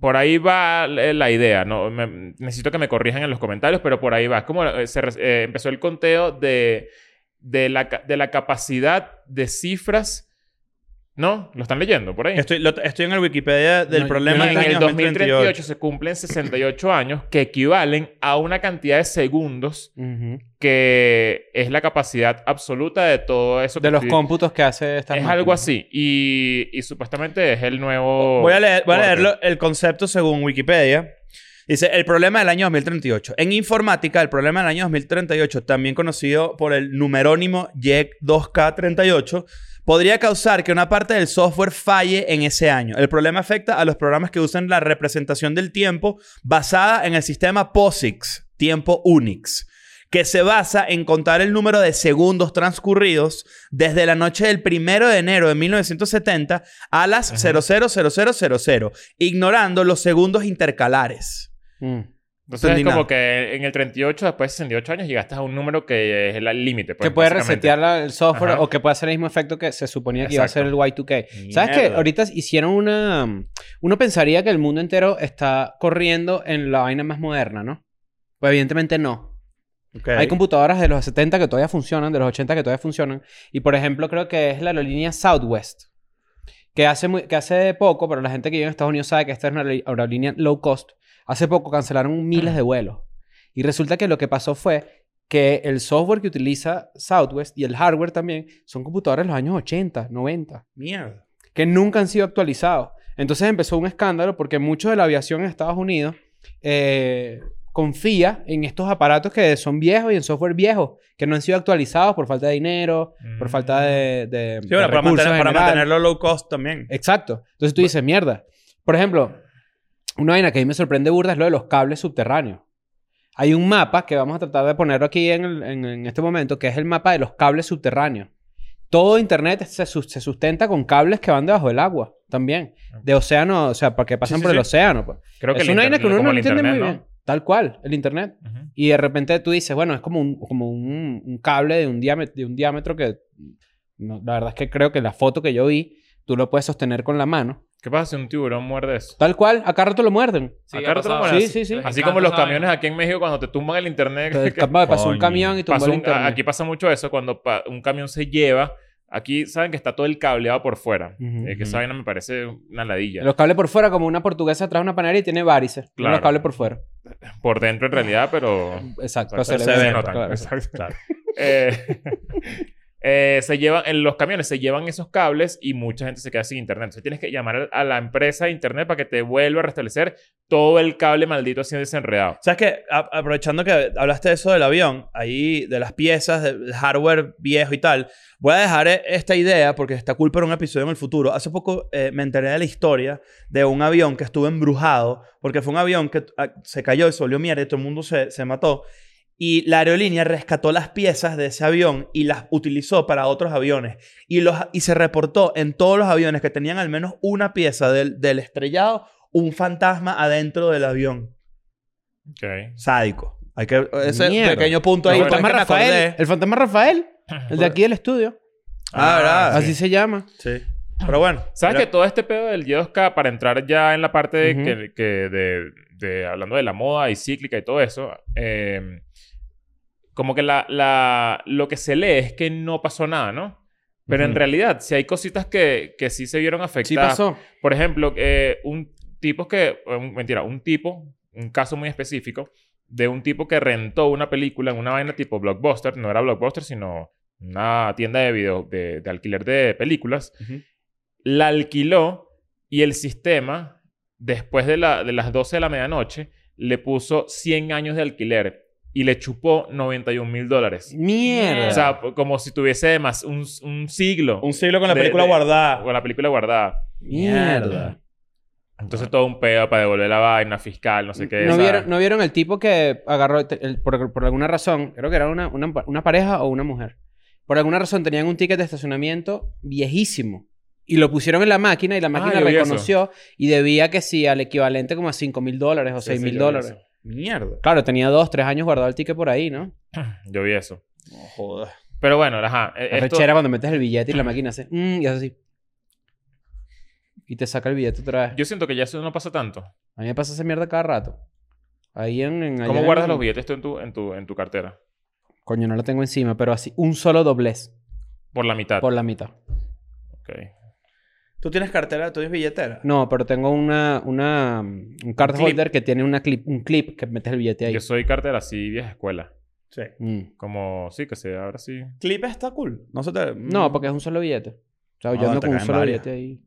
Speaker 4: Por ahí va eh, la idea, ¿no? Me- necesito que me corrijan en los comentarios, pero por ahí va. Es Como eh, se re- eh, empezó el conteo de, de, la, ca- de la capacidad de cifras, ¿no? ¿Lo están leyendo por ahí?
Speaker 1: Estoy, lo- estoy en el Wikipedia del
Speaker 5: No,
Speaker 1: problema
Speaker 4: en
Speaker 1: del año
Speaker 4: el 2038
Speaker 1: 2038.
Speaker 4: se cumplen 68 años que equivalen a una cantidad de segundos
Speaker 5: Ujú.
Speaker 4: que es la capacidad absoluta de todo eso. que
Speaker 5: De los
Speaker 4: estoy-
Speaker 5: cómputos que hace esta
Speaker 4: Es algo así. Y, y supuestamente es el nuevo...
Speaker 1: Voy a leer, voy a
Speaker 4: corte.
Speaker 1: leer lo- el concepto según Wikipedia. Dice, el problema del año 2038. En informática, el problema del año 2038, también conocido por el numerónimo YEC2K38, podría causar que una parte del software falle en ese año. El problema afecta a los programas que usan la representación del tiempo basada en el sistema POSIX, tiempo Unix, que se basa en contar el número de segundos transcurridos desde la noche del 1 de enero de 1970 a las 000000, ignorando los segundos intercalares.
Speaker 5: Mm.
Speaker 4: Entonces
Speaker 1: Entendí
Speaker 4: es como
Speaker 1: nada.
Speaker 4: que en el 38, después de 68 años, llegaste a un número que es el límite. pues,
Speaker 5: que puede
Speaker 4: básicamente.
Speaker 5: resetear la- el software
Speaker 4: Ajá.
Speaker 5: o que puede hacer el mismo efecto que se suponía que iba a hacer el Y2K. ¿Sabes
Speaker 1: Mierda.
Speaker 5: que Ahorita hicieron una... Uno pensaría que el mundo entero está corriendo en la vaina más moderna, ¿no? Pues evidentemente no. Hay computadoras de los 70 que todavía funcionan, de los 80 que todavía funcionan. Y por ejemplo, creo que es la aerolínea Southwest. Que hace, muy- que hace poco, pero la gente que vive en Estados Unidos sabe que esta es una aerolí- aerolínea low cost. Hace poco cancelaron miles de vuelos. Y resulta que lo que pasó fue que el software que utiliza Southwest y el hardware también son computadoras de los años 80, 90
Speaker 1: Mierda.
Speaker 5: que nunca han sido actualizados. Entonces empezó un escándalo porque mucho de la aviación en Estados Unidos eh, confía en estos aparatos que son viejos y en software viejo, que no han sido actualizados por falta de dinero, por falta de, de-
Speaker 1: Mm. Sí,
Speaker 5: de
Speaker 1: bueno, para,
Speaker 5: recursos
Speaker 1: mantener-
Speaker 5: en
Speaker 1: para
Speaker 5: general.
Speaker 1: mantenerlo low cost también.
Speaker 5: Exacto. Entonces tú dices, mierda. Por ejemplo, una vaina que a mí me sorprende burda es lo de los cables subterráneos. Hay un mapa que vamos a tratar de ponerlo aquí en, el- en- en este momento, que es el mapa de los cables subterráneos. Todo Internet se, sus- se sustenta con cables que van debajo del agua también. De océano, o sea, para que pasan
Speaker 4: sí,
Speaker 5: por el
Speaker 4: sí.
Speaker 5: océano. Pues.
Speaker 4: Creo que
Speaker 5: es
Speaker 4: el
Speaker 5: una vaina
Speaker 4: inter-
Speaker 5: que uno
Speaker 4: como
Speaker 5: no
Speaker 4: el
Speaker 5: entiende muy
Speaker 4: internet,
Speaker 5: bien. Tal cual, el Internet.
Speaker 4: ¿no? Ujú.
Speaker 5: Y de repente tú dices, bueno, es como un, como un, un cable de un, diámetro, de un diámetro que... no, la verdad es que creo que la foto que yo vi, tú lo puedes sostener con la mano.
Speaker 4: ¿Qué pasa si un tiburón muerde eso?
Speaker 5: Tal cual, acá rato lo muerden.
Speaker 4: Acá
Speaker 6: ha
Speaker 4: nosotros
Speaker 6: pasado.
Speaker 5: ponemos- Sí, sí, sí.
Speaker 6: Les
Speaker 4: Así
Speaker 6: encanta
Speaker 4: como los
Speaker 6: esa vaina.
Speaker 4: camiones aquí en México cuando te tumban el internet.
Speaker 5: Entonces,
Speaker 4: que
Speaker 5: capaz pasó un
Speaker 1: coño.
Speaker 5: camión y tumbó
Speaker 4: pasó
Speaker 5: el
Speaker 4: un-
Speaker 5: internet.
Speaker 4: aquí pasa mucho eso cuando pa- un camión se lleva. Aquí saben que está todo el cableado por fuera.
Speaker 5: Ujú.
Speaker 4: Eh, que esa vaina me parece una ladilla.
Speaker 5: Los cables por fuera, como una portuguesa atrás de una panadería y tiene varices. Tiene
Speaker 4: Claro.
Speaker 5: Los cables por fuera.
Speaker 4: Por dentro en realidad, pero...
Speaker 5: Exacto.
Speaker 4: Exacto,
Speaker 5: se le
Speaker 1: se
Speaker 5: ve.
Speaker 1: ven,
Speaker 5: Claro.
Speaker 4: exacto.
Speaker 1: Claro.
Speaker 4: Eh, eh, se llevan, en los camiones se llevan esos cables y mucha gente se queda sin internet. Entonces tienes que llamar a la empresa de internet para que te vuelva a restablecer todo el cable maldito así desenredado.
Speaker 1: ¿Sabes qué? A- aprovechando que hablaste de eso del avión, ahí de las piezas, del hardware viejo y tal, voy a dejar e- esta idea porque está cool para un episodio en el futuro. Hace poco eh, me enteré de la historia de un avión que estuvo embrujado porque fue un avión que ah, se cayó y se volvió mierda y todo el mundo se, se mató. Y la aerolínea rescató las piezas de ese avión y las utilizó para otros aviones. Y, los, y se reportó en todos los aviones que tenían al menos una pieza del, del estrellado, un fantasma adentro del avión
Speaker 4: Ok.
Speaker 1: sádico. Hay que ese
Speaker 5: Mierda.
Speaker 1: pequeño punto
Speaker 5: El
Speaker 1: ahí.
Speaker 4: No,
Speaker 1: porque
Speaker 5: fantasma
Speaker 1: me acordé.
Speaker 5: Rafael. El fantasma Rafael. El de aquí del estudio.
Speaker 1: Ah, verdad.
Speaker 5: Así se llama.
Speaker 1: Sí. Pero bueno.
Speaker 4: Ah. ¿Sabes
Speaker 1: mira,
Speaker 4: que todo este pedo del Y2K, para entrar ya en la parte de,
Speaker 5: Ujú.
Speaker 4: que, que de, de- hablando de la moda y cíclica y todo eso, eh, como que la, la- lo que se lee es que no pasó nada, ¿no? Pero en
Speaker 1: Ujú.
Speaker 4: realidad, si hay cositas que, que sí se vieron afectadas.
Speaker 5: Sí pasó.
Speaker 4: Por ejemplo, eh, un tipo que, eh, un- mentira, un tipo, un caso muy específico de un tipo que rentó una película en una vaina tipo Blockbuster, no era Blockbuster, sino una tienda de video, de, de alquiler de películas,
Speaker 1: Ujú.
Speaker 4: la alquiló y el sistema, después de, la- de las 12 de la medianoche, le puso 100 años de alquiler y le chupó 91 mil dólares.
Speaker 5: Mierda.
Speaker 4: O sea, como si tuviese más un, un siglo
Speaker 1: Un siglo con la
Speaker 4: de-
Speaker 1: película
Speaker 4: de-
Speaker 1: guardada.
Speaker 4: con la película guardada.
Speaker 5: Mierda.
Speaker 4: Entonces todo un pedo para devolver la vaina fiscal, no sé qué.
Speaker 5: ¿No
Speaker 4: ¿sabes?
Speaker 5: vieron, ¿No vieron el tipo que agarró, te- el- por, por alguna razón, creo que era una, una, una pareja o una mujer? Por alguna razón tenían un ticket de estacionamiento viejísimo. Y lo pusieron en la máquina y la máquina
Speaker 4: Ah, yo vi eso.
Speaker 5: reconoció y debía que sí al equivalente como a 5 mil dólares o
Speaker 4: Sí,
Speaker 5: 6
Speaker 4: sí,
Speaker 5: mil
Speaker 4: yo vi
Speaker 5: dólares.
Speaker 4: eso.
Speaker 1: Mierda.
Speaker 5: Claro, tenía dos, tres años guardado el ticket por ahí, ¿no?
Speaker 4: Yo vi eso.
Speaker 1: No jodas.
Speaker 4: Pero bueno, ajá. eh,
Speaker 5: La
Speaker 4: esto-
Speaker 5: rechera cuando metes el billete y la máquina hace... mm, y hace así. Y te saca el billete otra vez.
Speaker 4: Yo siento que ya eso no pasa tanto.
Speaker 5: A mí me pasa esa mierda cada rato. Ahí en... en- allá
Speaker 4: ¿Cómo
Speaker 5: en-
Speaker 4: guardas los billetes tú en tu, en, tu, en tu cartera?
Speaker 5: Coño, no la tengo encima, pero así un solo doblez
Speaker 4: Por la mitad.
Speaker 5: por la mitad.
Speaker 4: Ok.
Speaker 1: ¿Tú tienes cartera? ¿Tú tienes billetera?
Speaker 5: No, pero tengo una, una um, un card
Speaker 4: clip.
Speaker 5: holder que tiene una clip, un clip que metes el billete ahí.
Speaker 4: Yo soy cartera así, vieja escuela.
Speaker 1: Sí.
Speaker 5: Mm.
Speaker 4: Como, sí, que se ahora sí.
Speaker 1: Clip está cool. No se te... Mm.
Speaker 5: No, porque es un solo billete. O sea,
Speaker 1: No,
Speaker 5: yo ando
Speaker 1: te
Speaker 5: con un
Speaker 1: caen
Speaker 5: solo
Speaker 1: varias.
Speaker 5: billete ahí.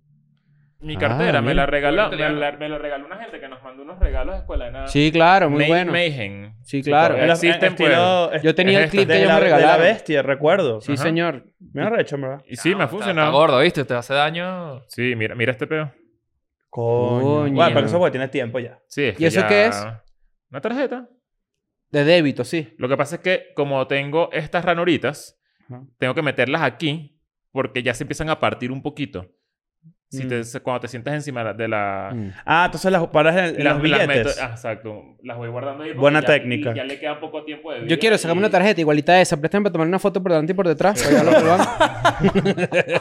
Speaker 4: Mi
Speaker 5: Ah,
Speaker 4: cartera me,
Speaker 5: mira.
Speaker 4: la regaló, me,
Speaker 6: Ahorita le
Speaker 4: la, me la regaló una gente que nos mandó unos regalos de escuela de nada.
Speaker 5: Sí, claro, muy
Speaker 4: May-
Speaker 5: bueno.
Speaker 4: Mayhem.
Speaker 5: Sí, claro.
Speaker 4: todavía
Speaker 1: Era-
Speaker 4: existen,
Speaker 1: eh,
Speaker 4: pues.
Speaker 1: estilo- es-
Speaker 5: Yo tenía
Speaker 4: Es
Speaker 5: el clip
Speaker 4: esta.
Speaker 1: de
Speaker 5: que
Speaker 1: la,
Speaker 5: yo me
Speaker 1: de la
Speaker 5: regalaron.
Speaker 1: bestia, pues. recuerdo.
Speaker 5: Sí,
Speaker 4: Ajá.
Speaker 5: señor.
Speaker 1: Me han recho, ¿verdad?
Speaker 4: Y sí, me ha
Speaker 6: Ah, Está- Está
Speaker 4: funcionado.
Speaker 6: gordo, ¿viste? Te hace daño.
Speaker 4: Sí, mira, mira este pedo.
Speaker 1: Coño.
Speaker 5: Coño.
Speaker 1: Bueno, pero eso porque tienes tiempo ya.
Speaker 4: Sí, es
Speaker 5: ¿Y
Speaker 4: que
Speaker 5: eso
Speaker 4: ya-
Speaker 5: qué es?
Speaker 4: Una tarjeta.
Speaker 5: De débito, sí.
Speaker 4: Lo que pasa es que como tengo estas ranuritas,
Speaker 5: Ajá.
Speaker 4: tengo que meterlas aquí porque ya se empiezan a partir un poquito. Si te- se- cuando te sientas encima de la...
Speaker 5: Mm.
Speaker 1: Ah, entonces las paras en, en
Speaker 4: las-
Speaker 1: los
Speaker 4: las
Speaker 1: billetes.
Speaker 4: meto- ah, exacto. Las voy guardando ahí. porque
Speaker 1: Buena
Speaker 4: ya-
Speaker 1: técnica.
Speaker 4: y Ya le queda poco tiempo de vida
Speaker 5: Yo quiero sacarme
Speaker 4: y-
Speaker 5: una tarjeta igualita a esa. Préstame para tomar una foto por delante y por detrás. pues para llevarlo al banco.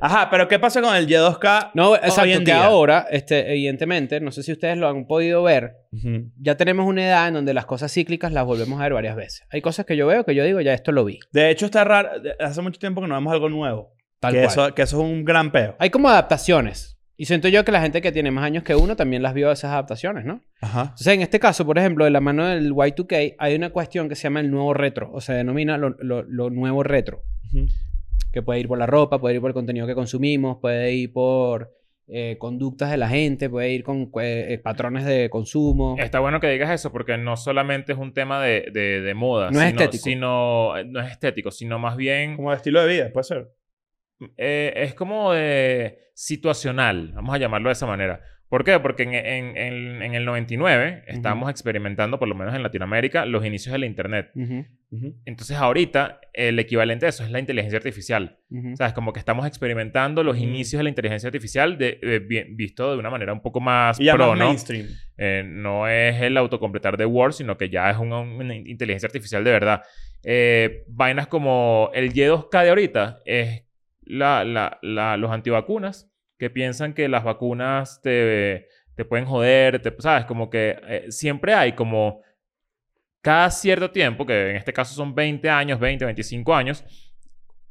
Speaker 1: Ajá, pero ¿qué pasa con el Y2K?
Speaker 5: No,
Speaker 1: Hoy
Speaker 5: exacto.
Speaker 1: en
Speaker 5: Que
Speaker 1: día.
Speaker 5: ahora, este, evidentemente, no sé si ustedes lo han podido ver,
Speaker 1: Ujú.
Speaker 5: ya tenemos una edad en donde las cosas cíclicas las volvemos a ver varias veces. Hay cosas que yo veo que yo digo, ya esto lo vi.
Speaker 1: De hecho, está raro. de- Hace mucho tiempo que no vemos algo nuevo.
Speaker 5: Tal
Speaker 1: que,
Speaker 5: cual.
Speaker 1: Eso, que eso es un gran peo.
Speaker 5: Hay como adaptaciones. Y siento yo que la gente que tiene más años que uno también las vio esas adaptaciones, ¿no?
Speaker 1: Ajá.
Speaker 5: Entonces, en este caso, por ejemplo, de la mano del Y2K, hay una cuestión que se llama el nuevo retro, o se denomina lo, lo- lo nuevo retro,
Speaker 1: Ujú.
Speaker 5: que puede ir por la ropa, puede ir por el contenido que consumimos, puede ir por eh, conductas de la gente, puede ir con eh, eh, patrones de consumo.
Speaker 4: Está bueno que digas eso porque no solamente es un tema de, de, de moda.
Speaker 5: No es
Speaker 4: sino-
Speaker 5: estético.
Speaker 4: Sino, eh, no es estético, sino más bien...
Speaker 1: Como de estilo de vida, puede ser.
Speaker 4: eh, es como eh, situacional, vamos a llamarlo de esa manera. ¿Por qué? Porque en, en- en- en el 99 estábamos experimentando, por lo menos en Latinoamérica, los inicios de la Internet.
Speaker 5: Ujú,
Speaker 4: Entonces ahorita el equivalente a eso es la inteligencia artificial.
Speaker 5: ujú.
Speaker 4: O sea, es como que estamos experimentando
Speaker 1: Mm.
Speaker 4: los inicios de la inteligencia artificial de, eh, bien- visto de una manera un poco más
Speaker 1: Y ya
Speaker 4: pro,
Speaker 1: más
Speaker 4: ¿no?
Speaker 1: mainstream.
Speaker 4: Eh, no es el autocompletar de Word, sino que ya es un- una inteligencia artificial de verdad. Eh, vainas como el Y2K de ahorita es la, la- la- los antivacunas que piensan que las vacunas te, te pueden joder, te, ¿sabes? Como que eh, siempre hay como cada cierto tiempo, que en este caso son 20 años, 20, 25 años,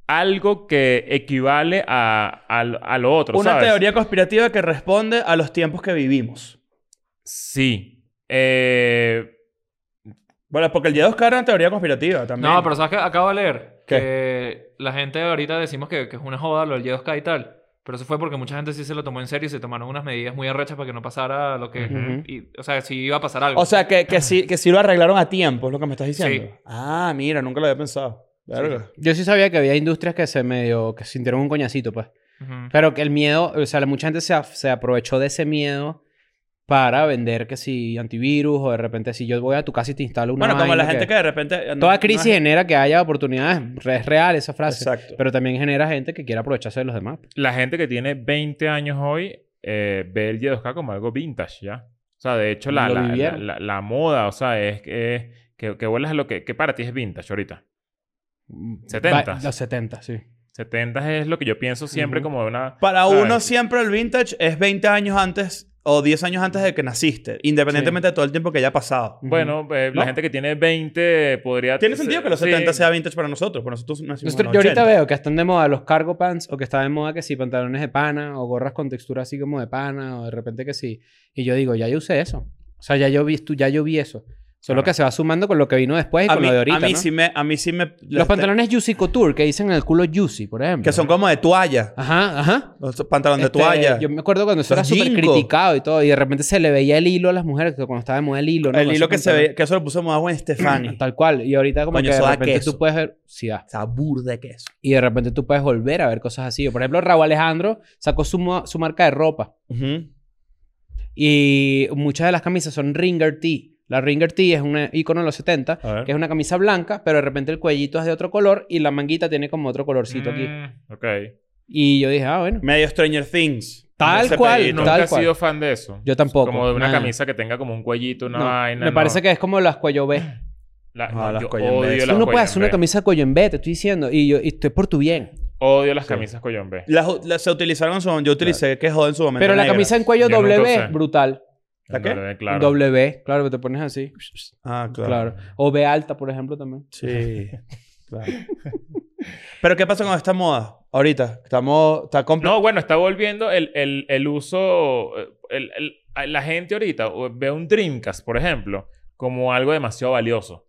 Speaker 4: algo que equivale a, a, a lo otro.
Speaker 1: Una
Speaker 4: ¿sabes?
Speaker 1: teoría conspirativa que responde a los tiempos que vivimos.
Speaker 4: Sí. Eh,
Speaker 1: Bueno, porque el día de Oscar era una teoría conspirativa también.
Speaker 6: No, pero ¿sabes qué? Acabo de leer
Speaker 1: ¿Qué?
Speaker 6: que la gente ahorita decimos que, que es una joda lo del Yedoska y tal. Pero eso fue porque mucha gente sí se lo tomó en serio y se tomaron unas medidas muy arrechas para que no pasara lo que...
Speaker 5: Ujú.
Speaker 6: y- o sea, sí iba a pasar algo.
Speaker 1: O sea, que, que, sí, que sí lo arreglaron a tiempo, es lo que me estás diciendo.
Speaker 6: Sí.
Speaker 1: Ah, mira, nunca lo había pensado. Verga.
Speaker 5: Yo sí sabía que había industrias que se medio... que sintieron un coñacito, pues.
Speaker 6: Ujú.
Speaker 5: Pero que el miedo... O sea, la- mucha gente se, af- se aprovechó de ese miedo para vender que si antivirus o de repente si yo voy a tu casa y te instalo una
Speaker 1: Bueno, como
Speaker 5: vaina
Speaker 1: la gente que, de repente... eh, no-
Speaker 5: Toda
Speaker 1: no
Speaker 5: crisis
Speaker 1: es-
Speaker 5: genera que haya oportunidades. Es real esa frase.
Speaker 1: Exacto.
Speaker 5: Pero también genera gente que quiere aprovecharse de los demás.
Speaker 4: La gente que tiene 20 años hoy eh, ve el Y2K como algo vintage, ¿ya? O sea, de hecho, la,
Speaker 5: Lo
Speaker 4: la, la,
Speaker 5: vivieron.
Speaker 4: la- la moda, o sea, es es que, que vuelas a lo que, que para ti es vintage ahorita. 70s.
Speaker 5: Va- Los 70, sí.
Speaker 4: 70 es lo que yo pienso siempre
Speaker 5: Ujú.
Speaker 4: como de una...
Speaker 1: Para
Speaker 4: ¿sabes?
Speaker 1: uno siempre el vintage es 20 años antes o 10 años antes de que naciste, independientemente de todo el tiempo que haya pasado.
Speaker 4: Bueno, eh, la
Speaker 1: ¿No?
Speaker 4: gente que tiene 20 podría...
Speaker 1: Tiene sentido que los
Speaker 4: sí.
Speaker 1: 70 sea vintage para nosotros, porque nosotros nacimos en
Speaker 5: Nosotros-
Speaker 1: los
Speaker 5: yo ahorita
Speaker 1: 80.
Speaker 5: veo que están de moda los cargo pants o que está de moda que si pantalones de pana o gorras con textura así como de pana o de repente que sí. Y yo digo, ya yo usé eso. O sea, ya yo vi, tú- ya yo vi eso. Solo
Speaker 4: Claro.
Speaker 5: que se va sumando con lo que vino después y
Speaker 1: a
Speaker 5: con
Speaker 1: mí,
Speaker 5: lo de ahorita.
Speaker 1: a mí
Speaker 5: ¿no?
Speaker 1: sí me... A mí sí me
Speaker 5: Los pantalones Juicy Couture que dicen en el culo Juicy, por ejemplo.
Speaker 1: Este Que son como de toalla.
Speaker 5: Ajá, ajá.
Speaker 1: Los pantalones de
Speaker 5: Este,
Speaker 1: toalla.
Speaker 5: Yo me acuerdo cuando eso
Speaker 1: Los
Speaker 5: era súper
Speaker 1: Jinko.
Speaker 5: criticado y todo. Y de repente se le veía el hilo a las mujeres que cuando estaba de moda el hilo. ¿no?
Speaker 1: el
Speaker 5: Con
Speaker 1: hilo
Speaker 5: esos
Speaker 1: que se
Speaker 5: pantalones.
Speaker 1: ve... Que eso lo puso más en Stefani.
Speaker 5: Tal cual. Y ahorita como
Speaker 1: Coño,
Speaker 5: que de
Speaker 1: eso da
Speaker 5: repente
Speaker 1: queso.
Speaker 5: tú puedes ver... Sí, da.
Speaker 1: Sabur de queso.
Speaker 5: Y de repente tú puedes volver a ver cosas así. Por ejemplo, Raúl Alejandro sacó su, mo- su marca de ropa.
Speaker 1: Ujú.
Speaker 5: Y muchas de las camisas son Ringer T. La Ringer T es un icono de los 70,
Speaker 1: A ver.
Speaker 5: que es una camisa blanca, pero de repente el cuellito es de otro color y la manguita tiene como otro colorcito aquí.
Speaker 4: Mm, ok.
Speaker 5: Y yo dije, ah, bueno.
Speaker 1: Medio Stranger Things.
Speaker 5: Tal
Speaker 1: Ese
Speaker 5: cual,
Speaker 1: pedito.
Speaker 5: no.
Speaker 4: Nunca
Speaker 5: Tal
Speaker 4: he
Speaker 5: cual.
Speaker 4: sido fan de eso.
Speaker 5: Yo tampoco.
Speaker 4: Como de una
Speaker 5: nada.
Speaker 4: camisa que tenga como un cuellito, una
Speaker 5: No,
Speaker 4: vaina.
Speaker 5: Me parece que es como las cuello B.
Speaker 4: La,
Speaker 1: Ah,
Speaker 4: no,
Speaker 1: las
Speaker 4: yo
Speaker 1: cuello en B.
Speaker 4: odio
Speaker 1: Tú
Speaker 5: Tú
Speaker 4: las
Speaker 5: no
Speaker 4: cuello
Speaker 5: puedes hacer
Speaker 4: en
Speaker 5: una
Speaker 4: B.
Speaker 5: camisa cuello en B, te estoy diciendo. Y yo y estoy por tu bien.
Speaker 4: Odio las camisas collón B.
Speaker 1: Las, las se utilizaron en su momento. Yo utilicé que joden su momento.
Speaker 5: Pero la
Speaker 1: negra.
Speaker 5: camisa en cuello
Speaker 4: Yo nunca
Speaker 5: W,
Speaker 4: usé.
Speaker 5: brutal.
Speaker 1: ¿La qué?
Speaker 4: Doble B, Claro.
Speaker 5: W, claro que te pones así.
Speaker 1: Ah, claro.
Speaker 5: Claro. O B alta, por ejemplo, también.
Speaker 1: Sí. claro. Pero ¿qué pasa con esta moda? Ahorita. Estamos... Está compl-
Speaker 4: No, bueno, está volviendo el, el, el uso. eh, el- el- la gente ahorita o- ve un Dreamcast, por ejemplo, como algo demasiado valioso.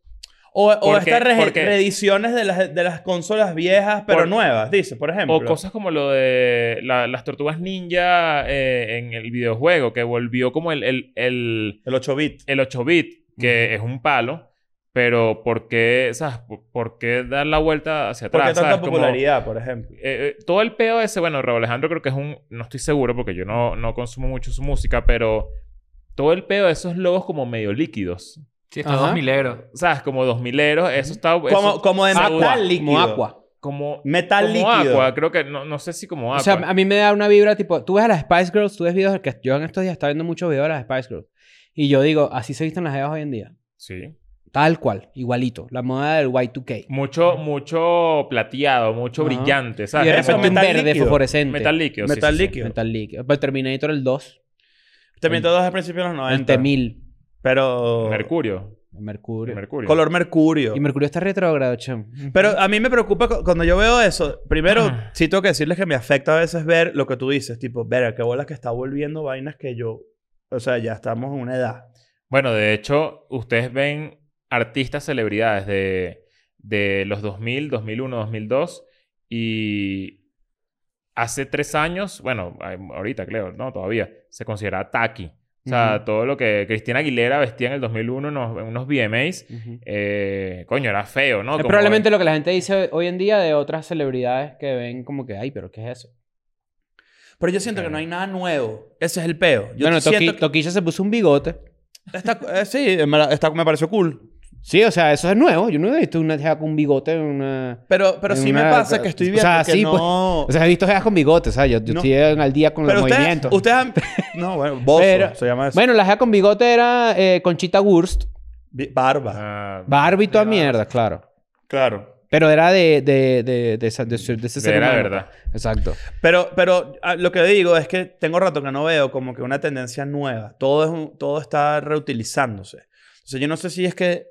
Speaker 1: O, o
Speaker 4: ¿Por qué?
Speaker 1: estas re-
Speaker 4: ¿Por qué?
Speaker 1: reediciones de las, de las consolas viejas, pero
Speaker 4: Por-
Speaker 1: nuevas, dice, por ejemplo.
Speaker 4: O cosas como lo de la- las tortugas ninja eh, en el videojuego, que volvió como el, el, el,
Speaker 1: El 8-bit.
Speaker 4: el 8-bit, que es un palo, pero ¿por qué, sabes? ¿Por, por qué dar la vuelta hacia
Speaker 1: ¿Por qué
Speaker 4: atrás?
Speaker 1: tanta
Speaker 4: sabes? Como-
Speaker 1: popularidad, por ejemplo?
Speaker 4: eh, eh, todo el peo ese, bueno, Raúl Alejandro creo que es un, no estoy seguro porque yo no, no consumo mucho su música, pero todo el peo de esos logos como medio líquidos.
Speaker 6: sí, está
Speaker 5: Ajá.
Speaker 6: dos milero.
Speaker 4: ¿Sabes? Como dos mileros, eso está... eso-
Speaker 1: Como, como de
Speaker 4: Agua,
Speaker 1: metal líquido.
Speaker 5: pues, Como agua.
Speaker 4: como,
Speaker 1: Metal
Speaker 4: como
Speaker 1: líquido.
Speaker 4: agua, creo que, no, no sé si como agua.
Speaker 5: O sea, a mí me da una vibra tipo, tú ves a las Spice Girls, tú ves videos que yo en estos días estaba viendo muchos videos de las Spice Girls. Y yo digo, así se visten las evas hoy en día.
Speaker 4: sí.
Speaker 5: Tal cual, igualito. La moda del Y2K.
Speaker 4: Mucho, mucho plateado, mucho
Speaker 5: Ajá.
Speaker 4: brillante,
Speaker 5: Y de
Speaker 4: ¿sabes?
Speaker 1: Eso,
Speaker 5: repente un
Speaker 1: metal
Speaker 5: verde
Speaker 1: líquido.
Speaker 5: fosforescente.
Speaker 4: metal líquido. sí,
Speaker 1: Metal
Speaker 4: sí, sí.
Speaker 1: líquido.
Speaker 5: Metal líquido. Pero Terminator el 2,
Speaker 1: También todos al principio de los
Speaker 5: el
Speaker 1: 90.
Speaker 5: T-1000,
Speaker 1: Pero.
Speaker 4: Mercurio.
Speaker 5: el Mercurio.
Speaker 4: Mercurio.
Speaker 1: Color mercurio.
Speaker 5: Y Mercurio está retrógrado, chum.
Speaker 1: Pero a mí me preocupa cu- cuando yo veo eso. Primero,
Speaker 4: Ah.
Speaker 1: sí tengo que decirles que me afecta a veces ver lo que tú dices. Tipo, ver qué bolas que está volviendo vainas que yo... O sea, ya estamos en una edad.
Speaker 4: Bueno, de hecho, ustedes ven artistas celebridades de, de los 2000, 2001, 2002 y hace tres años, bueno, ay, ahorita creo, no, todavía, se considera taqui. O sea,
Speaker 5: Ujú.
Speaker 4: todo lo que Cristina Aguilera vestía en el 2001 en unos, en unos VMAs,
Speaker 5: Ujú.
Speaker 4: eh, coño, era feo, ¿no?
Speaker 5: es
Speaker 4: Como-
Speaker 5: probablemente lo que la gente dice hoy en día de otras celebridades que ven como que, ay, pero ¿qué es eso?
Speaker 1: Pero yo siento que no hay nada nuevo. Ese es el peo. Yo
Speaker 5: bueno,
Speaker 1: siento
Speaker 5: Toqui-
Speaker 1: que-
Speaker 5: Toquilla se puso un bigote.
Speaker 1: está- eh, sí, me, la- está- me pareció cool.
Speaker 5: Sí, o sea, eso es nuevo. Yo no he visto una tía con un bigote en una...
Speaker 1: Pero, pero sí me
Speaker 5: Una-
Speaker 1: pasa que estoy
Speaker 5: o
Speaker 1: viendo
Speaker 5: sea,
Speaker 1: que
Speaker 5: sí, pues.
Speaker 1: no...
Speaker 5: O sea, he visto geas con bigote, o sea, yo, yo
Speaker 1: No.
Speaker 5: estoy al día con
Speaker 1: pero
Speaker 5: los
Speaker 1: ustedes...
Speaker 5: movimientos.
Speaker 1: ustedes han- No, bueno, bozo
Speaker 5: Pero-
Speaker 1: se llama eso.
Speaker 5: Bueno, la gea con bigote era eh, Conchita Wurst,
Speaker 1: Vi- Barba.
Speaker 4: Ah,
Speaker 5: Barbie y toda mierda, claro.
Speaker 1: Claro.
Speaker 5: Pero era de, de, de, de, esa- de su- de ese ser
Speaker 4: Era
Speaker 5: humano,
Speaker 4: verdad.
Speaker 5: pues. Exacto.
Speaker 1: Pero, pero ah, lo que digo es que tengo rato que no veo como que una tendencia nueva. Todo, es un- todo está reutilizándose. Entonces, yo no sé si es que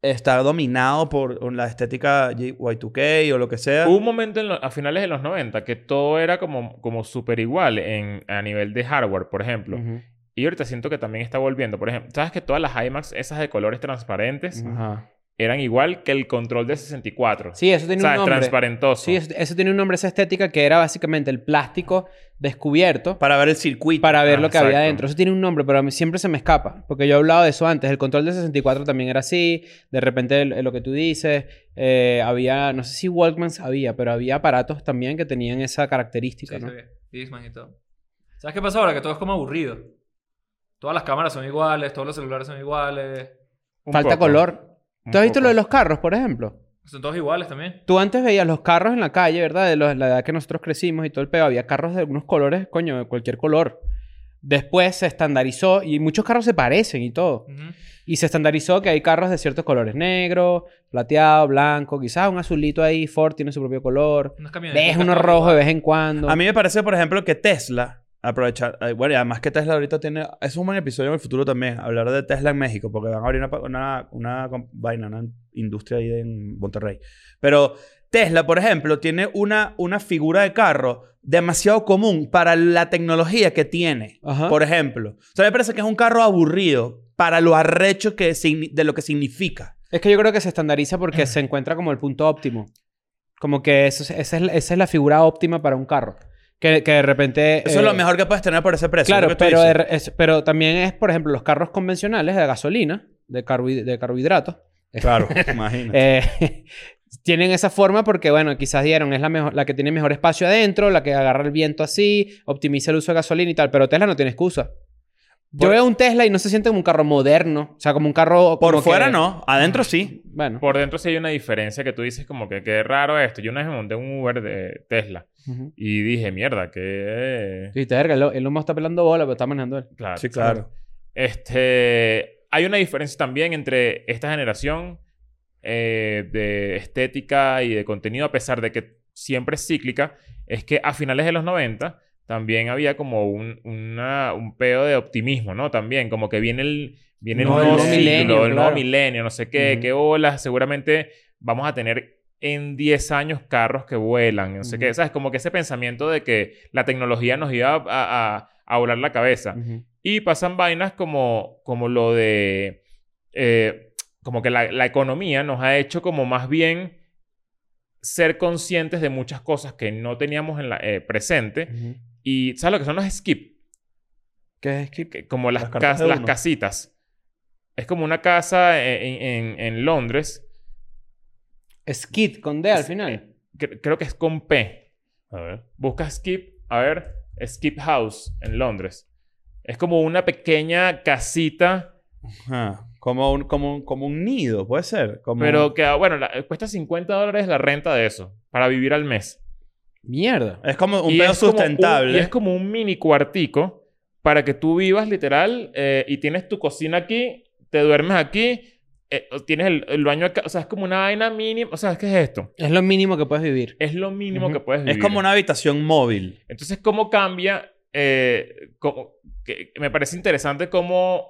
Speaker 1: está dominado por la estética Y- Y2K o lo que sea.
Speaker 4: Hubo un momento en lo- a finales de los 90 que todo era como, como súper igual en, a nivel de hardware, por ejemplo.
Speaker 5: Ujú.
Speaker 4: Y ahorita siento que también está volviendo. Por ejemplo, ¿sabes que todas las IMAX, esas de colores transparentes,
Speaker 1: Ajá.
Speaker 4: eran igual que el control de 64?
Speaker 5: Sí, eso
Speaker 4: O
Speaker 5: tiene
Speaker 4: sea,
Speaker 5: un nombre.
Speaker 4: transparentoso.
Speaker 5: Sí, eso, eso tiene un nombre, esa estética que era básicamente el plástico descubierto
Speaker 1: Para ver el circuito.
Speaker 5: para ver
Speaker 4: Ah,
Speaker 5: lo que había
Speaker 4: exacto.
Speaker 5: dentro. Eso tiene un nombre, pero a mí siempre se me escapa. Porque yo he hablado de eso antes. El control de 64 también era así. De repente, el- lo que tú dices. eh, había, no sé si Walkmans había, pero había aparatos también que tenían esa característica,
Speaker 6: Sí,
Speaker 5: ¿no?
Speaker 6: sí, bien. Discman y todo. ¿Sabes qué pasa ahora? Que todo es como aburrido. Todas las cámaras son iguales, todos los celulares son iguales.
Speaker 4: Un
Speaker 5: Falta
Speaker 4: poco,
Speaker 5: color.
Speaker 4: un
Speaker 5: ¿Tú has visto
Speaker 4: poco.
Speaker 5: lo de los carros, por ejemplo?
Speaker 6: Son todos iguales también.
Speaker 5: Tú antes veías los carros en la calle, ¿verdad? De los- la edad que nosotros crecimos y todo el pedo. Había carros de algunos colores, coño, de cualquier color. Después se estandarizó y muchos carros se parecen y todo.
Speaker 6: Ujú.
Speaker 5: Y se estandarizó que hay carros de ciertos colores. Negro, plateado, blanco, quizás un azulito ahí. Ford tiene su propio color.
Speaker 6: Unas camionetas
Speaker 5: Ves
Speaker 6: que
Speaker 5: uno
Speaker 6: todas
Speaker 5: rojo de
Speaker 6: iguales.
Speaker 5: vez en cuando.
Speaker 1: este A mí me parece, por ejemplo, que Tesla aprovechar, eh, bueno, y además que Tesla ahorita tiene, es un buen episodio en el futuro también, hablar de Tesla en México, porque van a abrir una, pa- una, una com- vaina, una industria ahí en Monterrey. Pero Tesla, por ejemplo, tiene una, una figura de carro demasiado común para la tecnología que tiene,
Speaker 5: Ajá.
Speaker 1: por ejemplo. O sea, me parece que es un carro aburrido para lo arrecho que, signi- de lo que significa.
Speaker 5: Es que yo creo que se estandariza porque se encuentra como el punto óptimo. Como que eso, es- esa, es, la- esa es la figura óptima para un carro. Que, que de repente...
Speaker 1: Eso es
Speaker 5: eh,
Speaker 1: lo mejor que puedes tener por ese precio. lo
Speaker 5: Claro,
Speaker 1: que tú
Speaker 5: pero,
Speaker 1: dices.
Speaker 5: de re- es- pero también es, por ejemplo, los carros convencionales de gasolina, de, carbohi- de carbohidratos,
Speaker 1: Claro, imagínate.
Speaker 5: eh, tienen esa forma porque, bueno, quizás dieron, es la, mejor, la que tiene mejor espacio adentro, la que agarra el viento así, optimiza el uso de gasolina y tal, pero Tesla no tiene excusa. Yo
Speaker 1: Por-
Speaker 5: veo un Tesla y no se siente como un carro moderno, o sea, como un carro...
Speaker 1: por
Speaker 5: como
Speaker 1: fuera
Speaker 5: que- Ah.
Speaker 1: no, adentro sí.
Speaker 5: Bueno.
Speaker 4: Por dentro sí hay una diferencia que tú dices como que qué raro esto. Yo una vez me monté en un Uber de Tesla
Speaker 5: Ujú.
Speaker 4: y dije, mierda, que...
Speaker 5: Y te verga, él, él no me está pelando bola, pero está manejando él.
Speaker 4: Claro.
Speaker 1: Sí, claro.
Speaker 4: Este, hay una diferencia también entre esta generación eh, de estética y de contenido, a pesar de que siempre es cíclica, es que a finales de los 90 también había como un, una- un pedo de optimismo, ¿no? También, como que viene el, viene
Speaker 5: No,
Speaker 4: el
Speaker 5: el
Speaker 4: nuevo
Speaker 5: nuevo
Speaker 4: siglo,
Speaker 5: milenio,
Speaker 4: el nuevo
Speaker 5: claro.
Speaker 4: milenio, no sé qué,
Speaker 5: Ujú.
Speaker 4: qué olas, seguramente vamos a tener en 10 años carros que vuelan, no sé
Speaker 5: Ujú.
Speaker 4: qué, ¿sabes? Como que ese pensamiento de que la tecnología nos iba a, a- a volar la cabeza.
Speaker 5: Ujú.
Speaker 4: Y pasan vainas como, como lo de... eh, como que la, la economía nos ha hecho como más bien ser conscientes de muchas cosas que no teníamos en la eh, presente. Y ¿sabes lo que son los skip?
Speaker 5: ¿Qué es que-
Speaker 4: Que- Como las,
Speaker 1: Las cartas
Speaker 4: cas-
Speaker 1: de
Speaker 4: las
Speaker 1: uno.
Speaker 4: casitas. Es como una casa en, en- en Londres. eh,
Speaker 5: Skid con D al final.
Speaker 4: Cre- creo que es con P.
Speaker 1: A ver.
Speaker 4: Busca skip. A ver. Skip House en Londres. Es como una pequeña casita...
Speaker 1: Ajá. Como un, como, un- como un nido, puede ser. Como...
Speaker 4: Pero que, ah, bueno, la- cuesta 50 dólares la renta de eso para vivir al mes.
Speaker 5: Mierda.
Speaker 1: Es como un
Speaker 4: Y
Speaker 1: pedo
Speaker 4: es como un-
Speaker 1: sustentable.
Speaker 4: y es como un mini cuartico para que tú vivas literal eh, y tienes tu cocina aquí, te duermes aquí, eh, o tienes el, el baño acá. O sea, es como una vaina mínima. O sea, ¿qué es esto?
Speaker 5: Es lo mínimo que puedes vivir.
Speaker 4: Es lo mínimo
Speaker 5: Ujú.
Speaker 4: que puedes
Speaker 1: Es
Speaker 4: vivir.
Speaker 1: como una habitación móvil.
Speaker 4: Entonces, ¿cómo cambia? Eh, cómo- que- me parece interesante cómo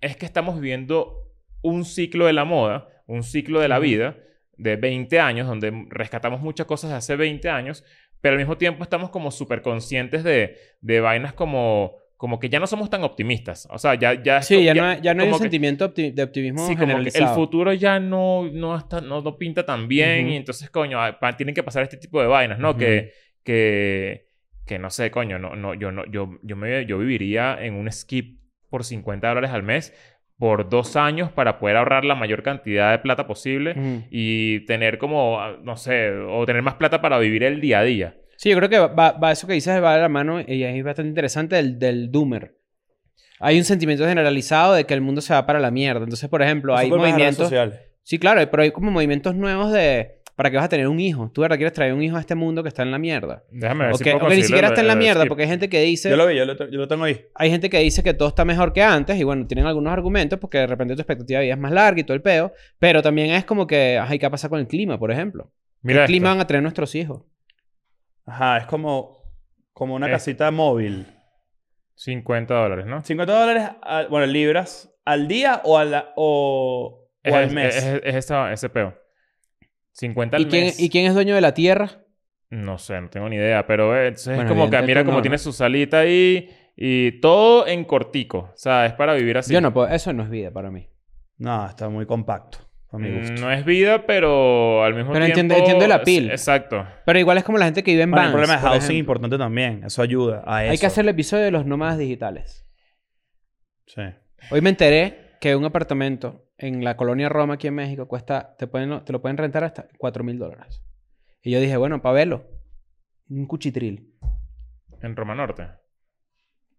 Speaker 4: es que estamos viviendo un ciclo de la moda, un ciclo de la vida de 20 años, donde rescatamos muchas cosas de hace 20 años, pero al mismo tiempo estamos como súper conscientes de, de vainas como, como que ya no somos tan optimistas. O sea, ya... ya
Speaker 5: Sí, ya, no, hay- ya no hay
Speaker 4: como
Speaker 5: un
Speaker 4: que-
Speaker 5: sentimiento opti- de optimismo
Speaker 4: Sí, como que el
Speaker 5: generalizado.
Speaker 4: futuro ya no, no, está- no, no pinta tan bien
Speaker 5: Ujú.
Speaker 4: y entonces, coño, ah, pa- tienen que pasar este tipo de vainas, ¿no? que, que, que no sé, coño, no, no, yo, no, yo, yo, me, yo viviría en un skip por 50 dólares al mes por dos años para poder ahorrar la mayor cantidad de plata posible
Speaker 5: Ujú.
Speaker 4: y tener como, ah, no sé, o tener más plata para vivir el día a día.
Speaker 5: Sí, yo creo que va, va- eso que dices va de la mano y es bastante interesante del, del doomer. Hay un sentimiento generalizado de que el mundo se va para la mierda. Entonces, por ejlo, hay movimientos... Sí, claro, pero hay como movimientos nuevos de... ¿Para qué vas a tener un hijo? ¿Tú de verdad quieres traer un hijo a este mundo que está en la mierda?
Speaker 4: Déjame ver
Speaker 5: O
Speaker 4: si
Speaker 5: que,
Speaker 4: puedo
Speaker 5: o que ni
Speaker 4: conseguirlo
Speaker 5: siquiera
Speaker 4: el-
Speaker 5: está en la
Speaker 4: el
Speaker 5: mierda,
Speaker 4: skip.
Speaker 5: porque hay gente que dice...
Speaker 1: Yo lo vi, yo lo, te- yo lo tengo ahí.
Speaker 5: Hay gente que dice que todo está mejor que antes y bueno, tienen algunos argumentos porque de repente tu expectativa de vida es más larga y todo el peo, pero también es como que, ay, ¿qué pasa con el clima, por ejemplo?
Speaker 4: Mira
Speaker 5: el
Speaker 4: esto.
Speaker 5: clima van a traer nuestros hijos.
Speaker 1: Ajá, es como, como una
Speaker 4: Eh.
Speaker 1: casita móvil.
Speaker 4: 50 dólares, ¿no?
Speaker 1: 50 dólares, al- bueno, libras, al día o, a la- o, o
Speaker 4: Es,
Speaker 1: al
Speaker 4: es-
Speaker 1: mes.
Speaker 4: es- es esa- ese peo. 50 al
Speaker 5: ¿Y quién,
Speaker 4: mes.
Speaker 5: ¿Y quién es dueño de la tierra?
Speaker 4: No sé, no tengo ni idea, pero eh, entonces
Speaker 5: Bueno,
Speaker 4: es como que
Speaker 5: evidente
Speaker 4: mira
Speaker 5: tú
Speaker 4: como
Speaker 5: no,
Speaker 4: tiene
Speaker 5: ¿no?
Speaker 4: su salita ahí Y todo en cortico. O sea, es para vivir así.
Speaker 5: Yo no puedo, eso no es vida para mí.
Speaker 1: No, está muy compacto. A mi gusto.
Speaker 4: Mm, No es vida, pero al mismo
Speaker 5: Pero
Speaker 4: tiempo...
Speaker 5: entiende- entiende la pil.
Speaker 4: Exacto.
Speaker 5: Pero igual es como la gente que vive en
Speaker 1: Bueno, el
Speaker 5: vans,
Speaker 1: problema de
Speaker 5: por
Speaker 1: housing es
Speaker 5: ejemplo.
Speaker 1: importante también. Eso ayuda a eso.
Speaker 5: Hay que hacer el episodio de los nómadas digitales.
Speaker 1: Sí.
Speaker 5: Hoy me enteré que un apartamento en la colonia Roma aquí en México cuesta, te, pueden, te lo pueden rentar hasta 4 mil dólares. Y yo dije, bueno, para verlo, un cuchitril,
Speaker 4: En Roma Norte.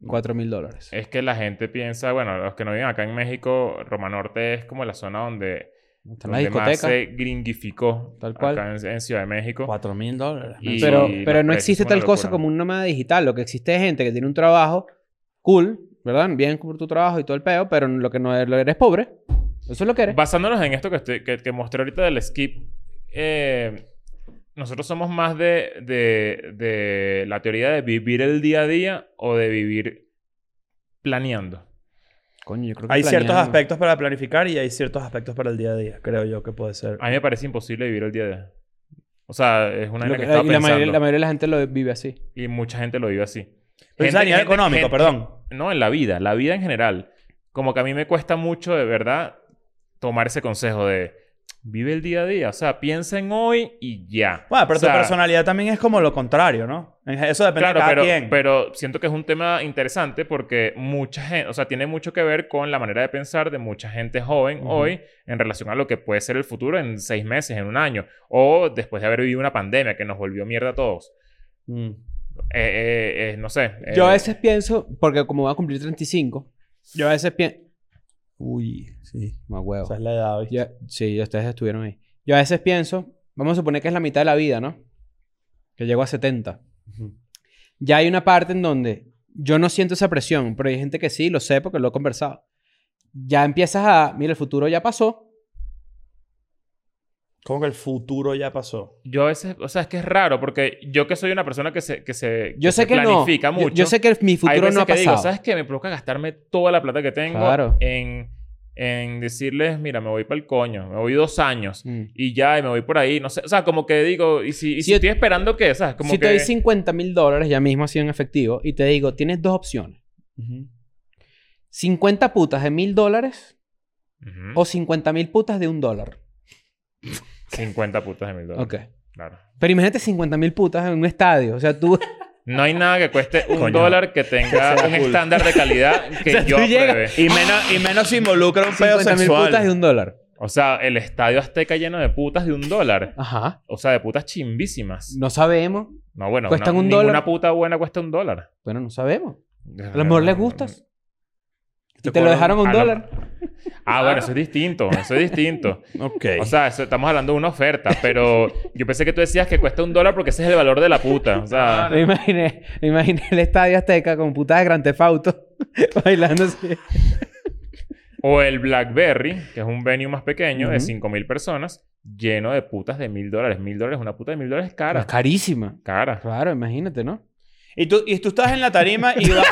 Speaker 5: 4 mil dólares.
Speaker 1: Eh,
Speaker 4: Es que la gente piensa... Bueno, los que no viven acá en México, Roma Norte es como la zona donde...
Speaker 5: Están las
Speaker 4: donde más
Speaker 5: discotecas.
Speaker 4: se gringificó.
Speaker 5: Tal cual.
Speaker 4: Acá en, en Ciudad de México.
Speaker 1: Cuatro mil dólares.
Speaker 4: Y-
Speaker 5: Pero,
Speaker 4: los
Speaker 5: pero no
Speaker 4: precios
Speaker 5: existe
Speaker 4: son una
Speaker 5: tal cosa
Speaker 4: locura.
Speaker 5: como un nómada digital. Lo que existe es gente que tiene un trabajo cool, ¿verdad? Bien por tu trabajo y todo el peo, pero lo que no es, lo eres pobre. Eso es lo que eres.
Speaker 4: Basándonos en esto que, estoy- que, que mostré ahorita del skip, eh, nosotros somos más de, de, de la teoría de vivir el día a día o de vivir planeando.
Speaker 5: Coño, yo creo que
Speaker 1: Hay ciertos
Speaker 5: planeando.
Speaker 1: aspectos para planificar y hay ciertos aspectos para el día a día, creo yo que puede ser.
Speaker 4: A mí me parece imposible vivir el día a día. O sea, es una
Speaker 5: Lo
Speaker 4: idea que
Speaker 5: que-
Speaker 4: estaba
Speaker 5: y la, mayoría,
Speaker 4: pensando.
Speaker 5: la mayoría de la gente lo vive así.
Speaker 4: Y mucha gente lo vive así.
Speaker 1: Pero es
Speaker 4: Gente-
Speaker 1: a nivel
Speaker 4: gente-
Speaker 1: económico,
Speaker 4: gente-
Speaker 1: perdón.
Speaker 4: No, en la vida, la vida en general. Como que a mí me cuesta mucho, de verdad, tomar ese consejo de vive el día a día. O sea, piensa en hoy y ya.
Speaker 1: Bueno, pero
Speaker 4: O sea,
Speaker 1: tu personalidad también es como lo contrario, ¿no? En- Eso depende
Speaker 4: Claro,
Speaker 1: de cada
Speaker 4: pero,
Speaker 1: quien.
Speaker 4: pero siento que es un tema interesante porque mucha gente, o sea, tiene mucho que ver con la manera de pensar de mucha gente joven hoy en relación a lo que puede ser el futuro en seis meses, en un año, o después de haber vivido una pandemia que nos volvió mierda a todos.
Speaker 1: Mm.
Speaker 4: Eh, eh, eh, no sé. eh,
Speaker 5: Yo a veces pienso, porque como voy a cumplir 35, yo a veces pienso... Uy,
Speaker 1: Sí.
Speaker 5: más huevo.
Speaker 1: Esa es la edad, ¿viste?
Speaker 5: Yo- sí, ya ustedes estuvieron ahí. Yo a veces pienso, vamos a suponer que es la mitad de la vida, ¿no? Que llego a 70.
Speaker 1: Ujú.
Speaker 5: Ya hay una parte en donde yo no siento esa presión, pero hay gente que sí, lo sé porque lo he conversado. Ya empiezas a, mira, el futuro ya pasó.
Speaker 1: Como que el futuro ya pasó.
Speaker 4: Yo a veces, o sea, es que es raro porque yo que soy una persona que se, que se,
Speaker 5: Yo sé
Speaker 4: se
Speaker 5: que no.
Speaker 4: planifica
Speaker 5: Yo-
Speaker 4: mucho.
Speaker 5: Yo, sé que mi
Speaker 4: hay
Speaker 5: futuro
Speaker 4: veces
Speaker 5: no ha
Speaker 4: que
Speaker 5: pasado.
Speaker 4: digo, ¿sabes qué? Me provoca gastarme toda la plata que tengo
Speaker 5: Claro.
Speaker 4: en, en decirles, mira, me voy para el coño, me voy dos años.
Speaker 5: Mm.
Speaker 4: y ya, y me voy por ahí. No sé, o sea, como que digo, y si, y si,
Speaker 5: Si yo-
Speaker 4: estoy esperando que, ¿sabes? Como
Speaker 5: si
Speaker 4: que
Speaker 5: te doy 50 mil dólares ya mismo así en efectivo y te digo, tienes dos opciones. 50 putas de mil dólares
Speaker 4: Ujú.
Speaker 5: o 50 mil putas de un dólar.
Speaker 4: 50 putas de mil dólares.
Speaker 5: Ok.
Speaker 4: Claro.
Speaker 5: Pero imagínate 50 mil putas en un estadio. O sea, tú...
Speaker 4: No hay nada que cueste un
Speaker 1: Coño.
Speaker 4: dólar que tenga un estándar de calidad que yo
Speaker 5: tú llegas-
Speaker 4: apruebe.
Speaker 1: Y menos, y menos se involucra un pedo
Speaker 5: 50 mil putas de
Speaker 1: sexual.
Speaker 5: un dólar.
Speaker 4: O sea, el estadio Azteca lleno de putas de un dólar.
Speaker 5: Ajá.
Speaker 4: O sea, de putas chimbísimas.
Speaker 5: No sabemos.
Speaker 4: No, bueno,
Speaker 5: ¿Cuestan
Speaker 4: una,
Speaker 5: un
Speaker 4: ninguna
Speaker 5: dólar?
Speaker 4: puta buena cuesta un dólar.
Speaker 5: Bueno, no sabemos. A lo mejor les gustas. Y te, lo
Speaker 4: cobran-
Speaker 5: dejaron a un
Speaker 4: a lo-
Speaker 5: dólar.
Speaker 4: Ah, bueno, eso es distinto. Eso es distinto.
Speaker 1: Ok.
Speaker 4: O sea, eso- estamos hablando de una oferta, pero yo pensé que tú decías que cuesta un dólar porque ese es el valor de la puta. O sea,
Speaker 5: Me imaginé, me imaginé el estadio Azteca con putas de Gran Tefauto bailando así.
Speaker 4: o el Blackberry, que es un venue más pequeño de
Speaker 5: Ujú.
Speaker 4: 5.000 personas, lleno de putas de mil dólares. Mil dólares, una puta de mil dólares es cara.
Speaker 5: Es carísima.
Speaker 4: Cara.
Speaker 5: Claro, imagínate, ¿no?
Speaker 1: y, tú, y tú estás en la tarima y va-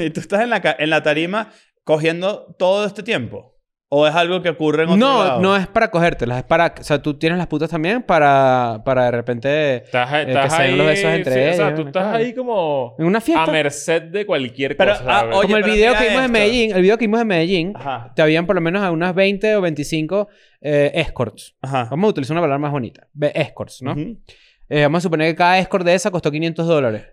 Speaker 1: y tú estás en la, ca- en la tarima cogiendo todo este tiempo. ¿O es algo que ocurre en otro
Speaker 5: No,
Speaker 1: lado?
Speaker 5: no es para cogértelas, es para... O sea, tú tienes las putas también para, para de repente...
Speaker 4: Estás,
Speaker 5: que
Speaker 4: estás
Speaker 5: se den
Speaker 4: ahí.
Speaker 5: los besos entre
Speaker 4: sí, o sea,
Speaker 5: ellos,
Speaker 4: tú
Speaker 5: ¿no?
Speaker 4: estás
Speaker 5: Claro.
Speaker 4: ahí como
Speaker 5: En una
Speaker 4: a
Speaker 5: fiesta.
Speaker 4: merced de cualquier
Speaker 1: Pero,
Speaker 4: cosa.
Speaker 1: ah,
Speaker 4: ¿sabes?
Speaker 1: oye,
Speaker 5: Como el
Speaker 1: pero
Speaker 5: video
Speaker 1: mira
Speaker 5: que vimos en
Speaker 1: esto.
Speaker 5: Medellín. El video que vimos en Medellín.
Speaker 1: Ajá.
Speaker 5: Te habían por lo menos a unas 20 o 25 eh, escorts.
Speaker 1: Ajá.
Speaker 5: Vamos a utilizar una palabra más bonita. Ve- Escorts, ¿no?
Speaker 1: Ujú.
Speaker 5: Eh, vamos a suponer que cada escort de esa costó 500 dólares.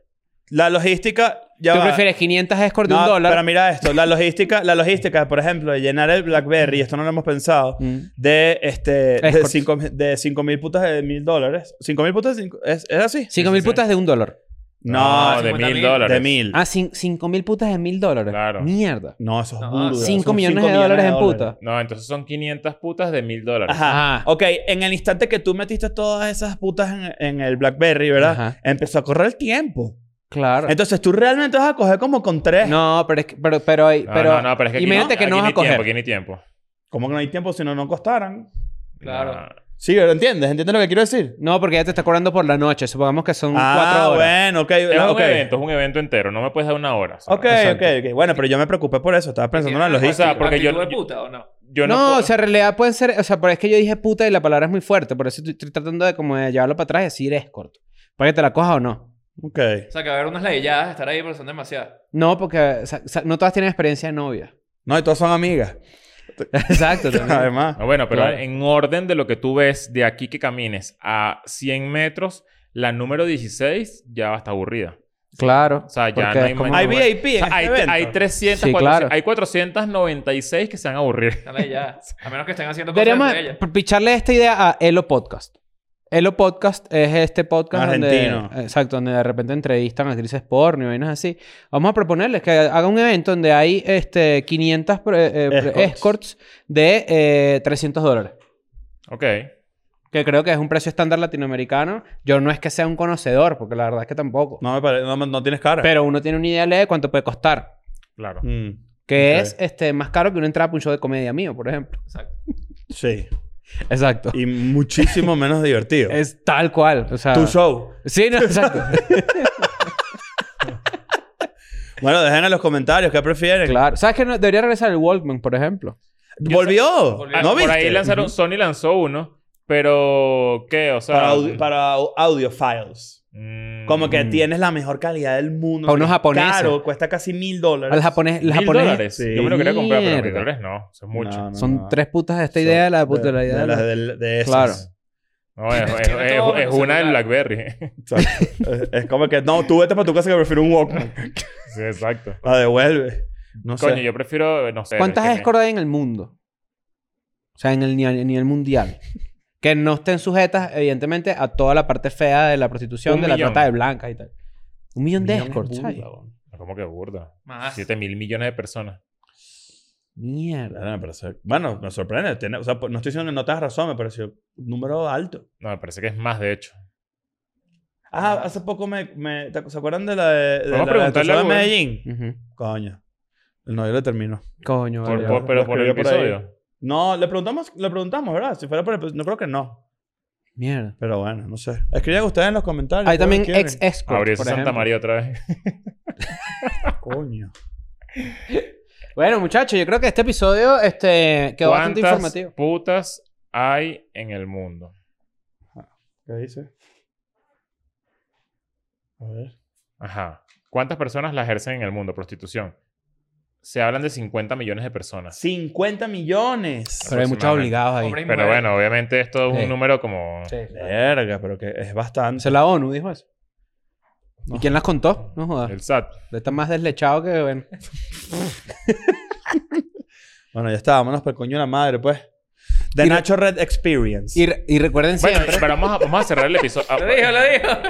Speaker 1: La logística... Ya
Speaker 5: ¿Tú
Speaker 1: va.
Speaker 5: prefieres 500 escorts de
Speaker 1: No,
Speaker 5: un dólar?
Speaker 1: Pero mira esto, la logística, la logística, por ejemplo, de llenar el BlackBerry, esto no lo hemos pensado,
Speaker 5: Mm.
Speaker 1: de este de
Speaker 5: Escorts.
Speaker 1: 5 de cinco mil putas de mil dólares. ¿Cinco mil putas? de cinco- ¿es, ¿Es así?
Speaker 5: 5
Speaker 4: Sí, sí,
Speaker 5: mil
Speaker 4: sí.
Speaker 5: putas de un dólar.
Speaker 1: No,
Speaker 4: No, de
Speaker 6: 50.000.
Speaker 4: mil dólares.
Speaker 1: de mil.
Speaker 5: Ah, 5 mil putas de mil dólares.
Speaker 4: Claro.
Speaker 5: Mierda.
Speaker 1: No, eso es
Speaker 6: No,
Speaker 1: burda,
Speaker 6: cinco
Speaker 1: son
Speaker 5: 5 millones de
Speaker 1: millones
Speaker 5: dólares en
Speaker 1: dólares.
Speaker 5: putas.
Speaker 4: No, entonces son 500 putas de mil dólares.
Speaker 1: Ajá.
Speaker 5: Ajá.
Speaker 1: Ok, en el instante que tú metiste todas esas putas en, en el BlackBerry, ¿verdad?
Speaker 5: Ajá.
Speaker 1: Empezó a correr el tiempo.
Speaker 5: Claro.
Speaker 1: Entonces tú realmente vas a coger como con tres.
Speaker 5: no, pero es que... Pero, pero,
Speaker 4: No,
Speaker 5: pero-
Speaker 4: no, no, pero es que aquí,
Speaker 5: imagínate
Speaker 4: no,
Speaker 5: que
Speaker 4: aquí
Speaker 5: no vas
Speaker 4: ni
Speaker 5: a coger.
Speaker 4: Tiempo, aquí ni tiempo.
Speaker 1: Como que no hay tiempo si no, no costaran.
Speaker 6: Claro.
Speaker 4: No.
Speaker 1: Sí, pero ¿entiendes? ¿Entiendes lo que quiero decir?
Speaker 5: No, porque ya te está cobrando por la noche. Supongamos que son 4
Speaker 1: Ah,
Speaker 5: horas.
Speaker 1: bueno, ok.
Speaker 4: Es
Speaker 1: ok.
Speaker 4: un evento, es un evento entero. No me puedes dar una hora. ¿sabes?
Speaker 1: Ok, ok, ok. Bueno, pero yo me preocupé por eso. Estaba pensando en la
Speaker 4: O sea,
Speaker 1: logística.
Speaker 4: porque yo-
Speaker 6: ¿Actitud de puta o no?
Speaker 4: Yo
Speaker 5: no,
Speaker 4: no, puedo-
Speaker 5: o sea, en realidad pueden ser... O sea, pero es que yo dije puta y la palabra es muy fuerte. Por eso estoy, estoy tratando de como de llevarlo para atrás y decir escort. Para que te la coja o no.
Speaker 1: Ok.
Speaker 6: O sea, que va a haber unas laguelladas, estar ahí, pero son demasiadas.
Speaker 5: No, porque o sea, o sea, no todas tienen experiencia de novia.
Speaker 1: No, y todas son amigas.
Speaker 5: Exacto. también.
Speaker 1: Además.
Speaker 4: Ah, bueno, pero
Speaker 5: Claro.
Speaker 4: en orden de lo que tú ves de aquí que camines a 100 metros, la número 16 ya va a estar aburrida.
Speaker 5: Claro.
Speaker 4: O sea, ya
Speaker 5: porque
Speaker 4: no
Speaker 5: es
Speaker 4: hay
Speaker 5: como-
Speaker 4: manera.
Speaker 1: Hay VIP en
Speaker 4: O sea, hay,
Speaker 1: este evento.
Speaker 4: hay 300,
Speaker 5: Sí,
Speaker 4: 400,
Speaker 5: claro.
Speaker 4: hay 496 que se van a aburrir.
Speaker 6: Están laguelladas. A menos que estén haciendo cosas
Speaker 5: Deberíamos
Speaker 6: entre ellas.
Speaker 5: picharle esta idea a Elo Podcast. Elo Podcast es este podcast
Speaker 1: Argentino.
Speaker 5: donde... Exacto, donde de repente entrevistan actrices porno y vainas así. Vamos a proponerles que haga un evento donde hay este, 500 pre- eh, pre- escorts.
Speaker 1: Escorts.
Speaker 5: de eh, 300 dólares.
Speaker 4: Ok.
Speaker 5: Que creo que es un precio estándar latinoamericano. Yo no es que sea un conocedor, porque la verdad es que tampoco.
Speaker 1: No, me pare- no, no tienes cara.
Speaker 5: Pero uno tiene una idea leve de cuánto puede costar.
Speaker 4: Claro.
Speaker 1: Mm,
Speaker 5: Que
Speaker 1: Ok.
Speaker 5: es este, más caro que una entrada para un show de comedia mío, por ejemplo.
Speaker 6: Exacto.
Speaker 1: sí.
Speaker 5: Exacto.
Speaker 1: Y muchísimo menos divertido.
Speaker 5: Es tal cual. O sea,
Speaker 1: Tu show.
Speaker 5: Sí, no, exacto.
Speaker 1: Bueno, dejen en los comentarios qué prefieren.
Speaker 5: claro. ¿Sabes que no, debería regresar el Walkman, por ejemplo?
Speaker 1: ¿Volvió?
Speaker 6: Volvió.
Speaker 1: ¿No
Speaker 4: Ah,
Speaker 1: viste?
Speaker 4: Por ahí lanzaron, Sony lanzó uno, pero ¿qué? O sea,
Speaker 1: Para, audio, para au- audio files.
Speaker 4: mm,
Speaker 1: Como que
Speaker 5: Mm.
Speaker 1: tienes la mejor calidad del mundo.
Speaker 5: Para unos
Speaker 1: Es
Speaker 5: japoneses.
Speaker 1: Caro, cuesta casi mil dólares.
Speaker 5: Al japonés, el
Speaker 4: ¿mil
Speaker 5: japonés
Speaker 4: dólares?
Speaker 1: Sí.
Speaker 4: Yo me lo quería comprar, pero mil
Speaker 5: Mierda.
Speaker 4: dólares no. Eso es mucho.
Speaker 1: No, no,
Speaker 5: son
Speaker 1: no.
Speaker 5: tres putas de esta
Speaker 1: Son
Speaker 5: idea, la de puta de la idea.
Speaker 1: De,
Speaker 5: de
Speaker 1: las
Speaker 5: la-
Speaker 1: del- de esas.
Speaker 5: Claro.
Speaker 4: No, es, es-
Speaker 6: Tiene
Speaker 4: es-
Speaker 6: todo
Speaker 4: es
Speaker 6: en el
Speaker 4: una del
Speaker 6: celular.
Speaker 4: BlackBerry.
Speaker 1: Exacto. es, es como que, no, tú vete para tu casa que prefiero un Walkman.
Speaker 4: sí, exacto.
Speaker 1: La devuelve. No
Speaker 4: Coño,
Speaker 1: sé.
Speaker 4: yo prefiero, eh, no sé.
Speaker 5: ¿Cuántas
Speaker 4: es que me-
Speaker 5: escorts hay en el mundo? O sea, en el ni- a nivel mundial. que no estén sujetas, evidentemente, a toda la parte fea de la prostitución,
Speaker 4: Un
Speaker 5: de la
Speaker 4: millón.
Speaker 5: trata de blancas y tal. Un millón, de
Speaker 1: Millón es
Speaker 5: escorts,
Speaker 1: burda,
Speaker 5: ¿sabes?
Speaker 1: weón.
Speaker 4: ¿Cómo que burda?
Speaker 6: Más.
Speaker 4: 7 mil millones de personas.
Speaker 5: Mierda.
Speaker 1: Ah, pero se- Bueno, me sorprende. tiene- o sea, pues, no estoy diciendo que no tengas razón, me pareció un número alto.
Speaker 4: No, me parece que es más, de hecho.
Speaker 1: Ah, hace poco me, me- ¿te- ¿Se acuerdan de la de, de,
Speaker 4: Vamos a
Speaker 1: la de,
Speaker 4: preguntarle
Speaker 1: de
Speaker 4: algo, ¿eh?
Speaker 1: Medellín?
Speaker 5: Ujú.
Speaker 1: Coño. No, yo le termino.
Speaker 5: Coño,
Speaker 4: Por-
Speaker 5: vale.
Speaker 4: por- pero
Speaker 1: lo
Speaker 4: por el
Speaker 1: escribió por ahí.
Speaker 4: episodio.
Speaker 1: No, le preguntamos, le preguntamos, ¿verdad? Si fuera por el, no creo que no.
Speaker 5: Mierda.
Speaker 1: Pero bueno, no sé. Escriban ustedes en los comentarios.
Speaker 5: Hay también
Speaker 1: ¿Quieren?
Speaker 5: ex escorts.
Speaker 4: Abrió
Speaker 5: por
Speaker 4: Santa
Speaker 5: ejemplo.
Speaker 4: María otra vez.
Speaker 1: Coño.
Speaker 5: Bueno, muchachos, yo creo que este episodio este, quedó bastante
Speaker 4: ¿Cuántas
Speaker 5: informativo.
Speaker 4: putas hay en el mundo?
Speaker 1: ¿Qué dice? A ver.
Speaker 4: Ajá. ¿Cuántas personas la ejercen en el mundo? Prostitución. Se hablan de 50 millones de personas.
Speaker 1: 50 millones.
Speaker 5: Pero hay muchos
Speaker 4: aproximadamente.
Speaker 5: obligados ahí.
Speaker 6: Hombres y
Speaker 4: Pero
Speaker 6: mujeres.
Speaker 4: bueno, obviamente esto es
Speaker 5: Sí.
Speaker 4: un número como...
Speaker 5: Sí.
Speaker 1: Verga, pero que es bastante.
Speaker 5: Se la ONU dijo eso.
Speaker 1: No.
Speaker 5: ¿Y quién las contó? No jodas.
Speaker 4: El SAT.
Speaker 5: Está más deslechado que bueno.
Speaker 1: Bueno, ya está, vámonos para el coño de la madre, pues. The
Speaker 5: Y re-
Speaker 1: Nacho Red Experience.
Speaker 5: Y, re- y recuerden
Speaker 4: Bueno,
Speaker 5: siempre.
Speaker 4: pero vamos a, vamos a cerrar el episodio. Ah,
Speaker 6: Lo dijo, lo dijo.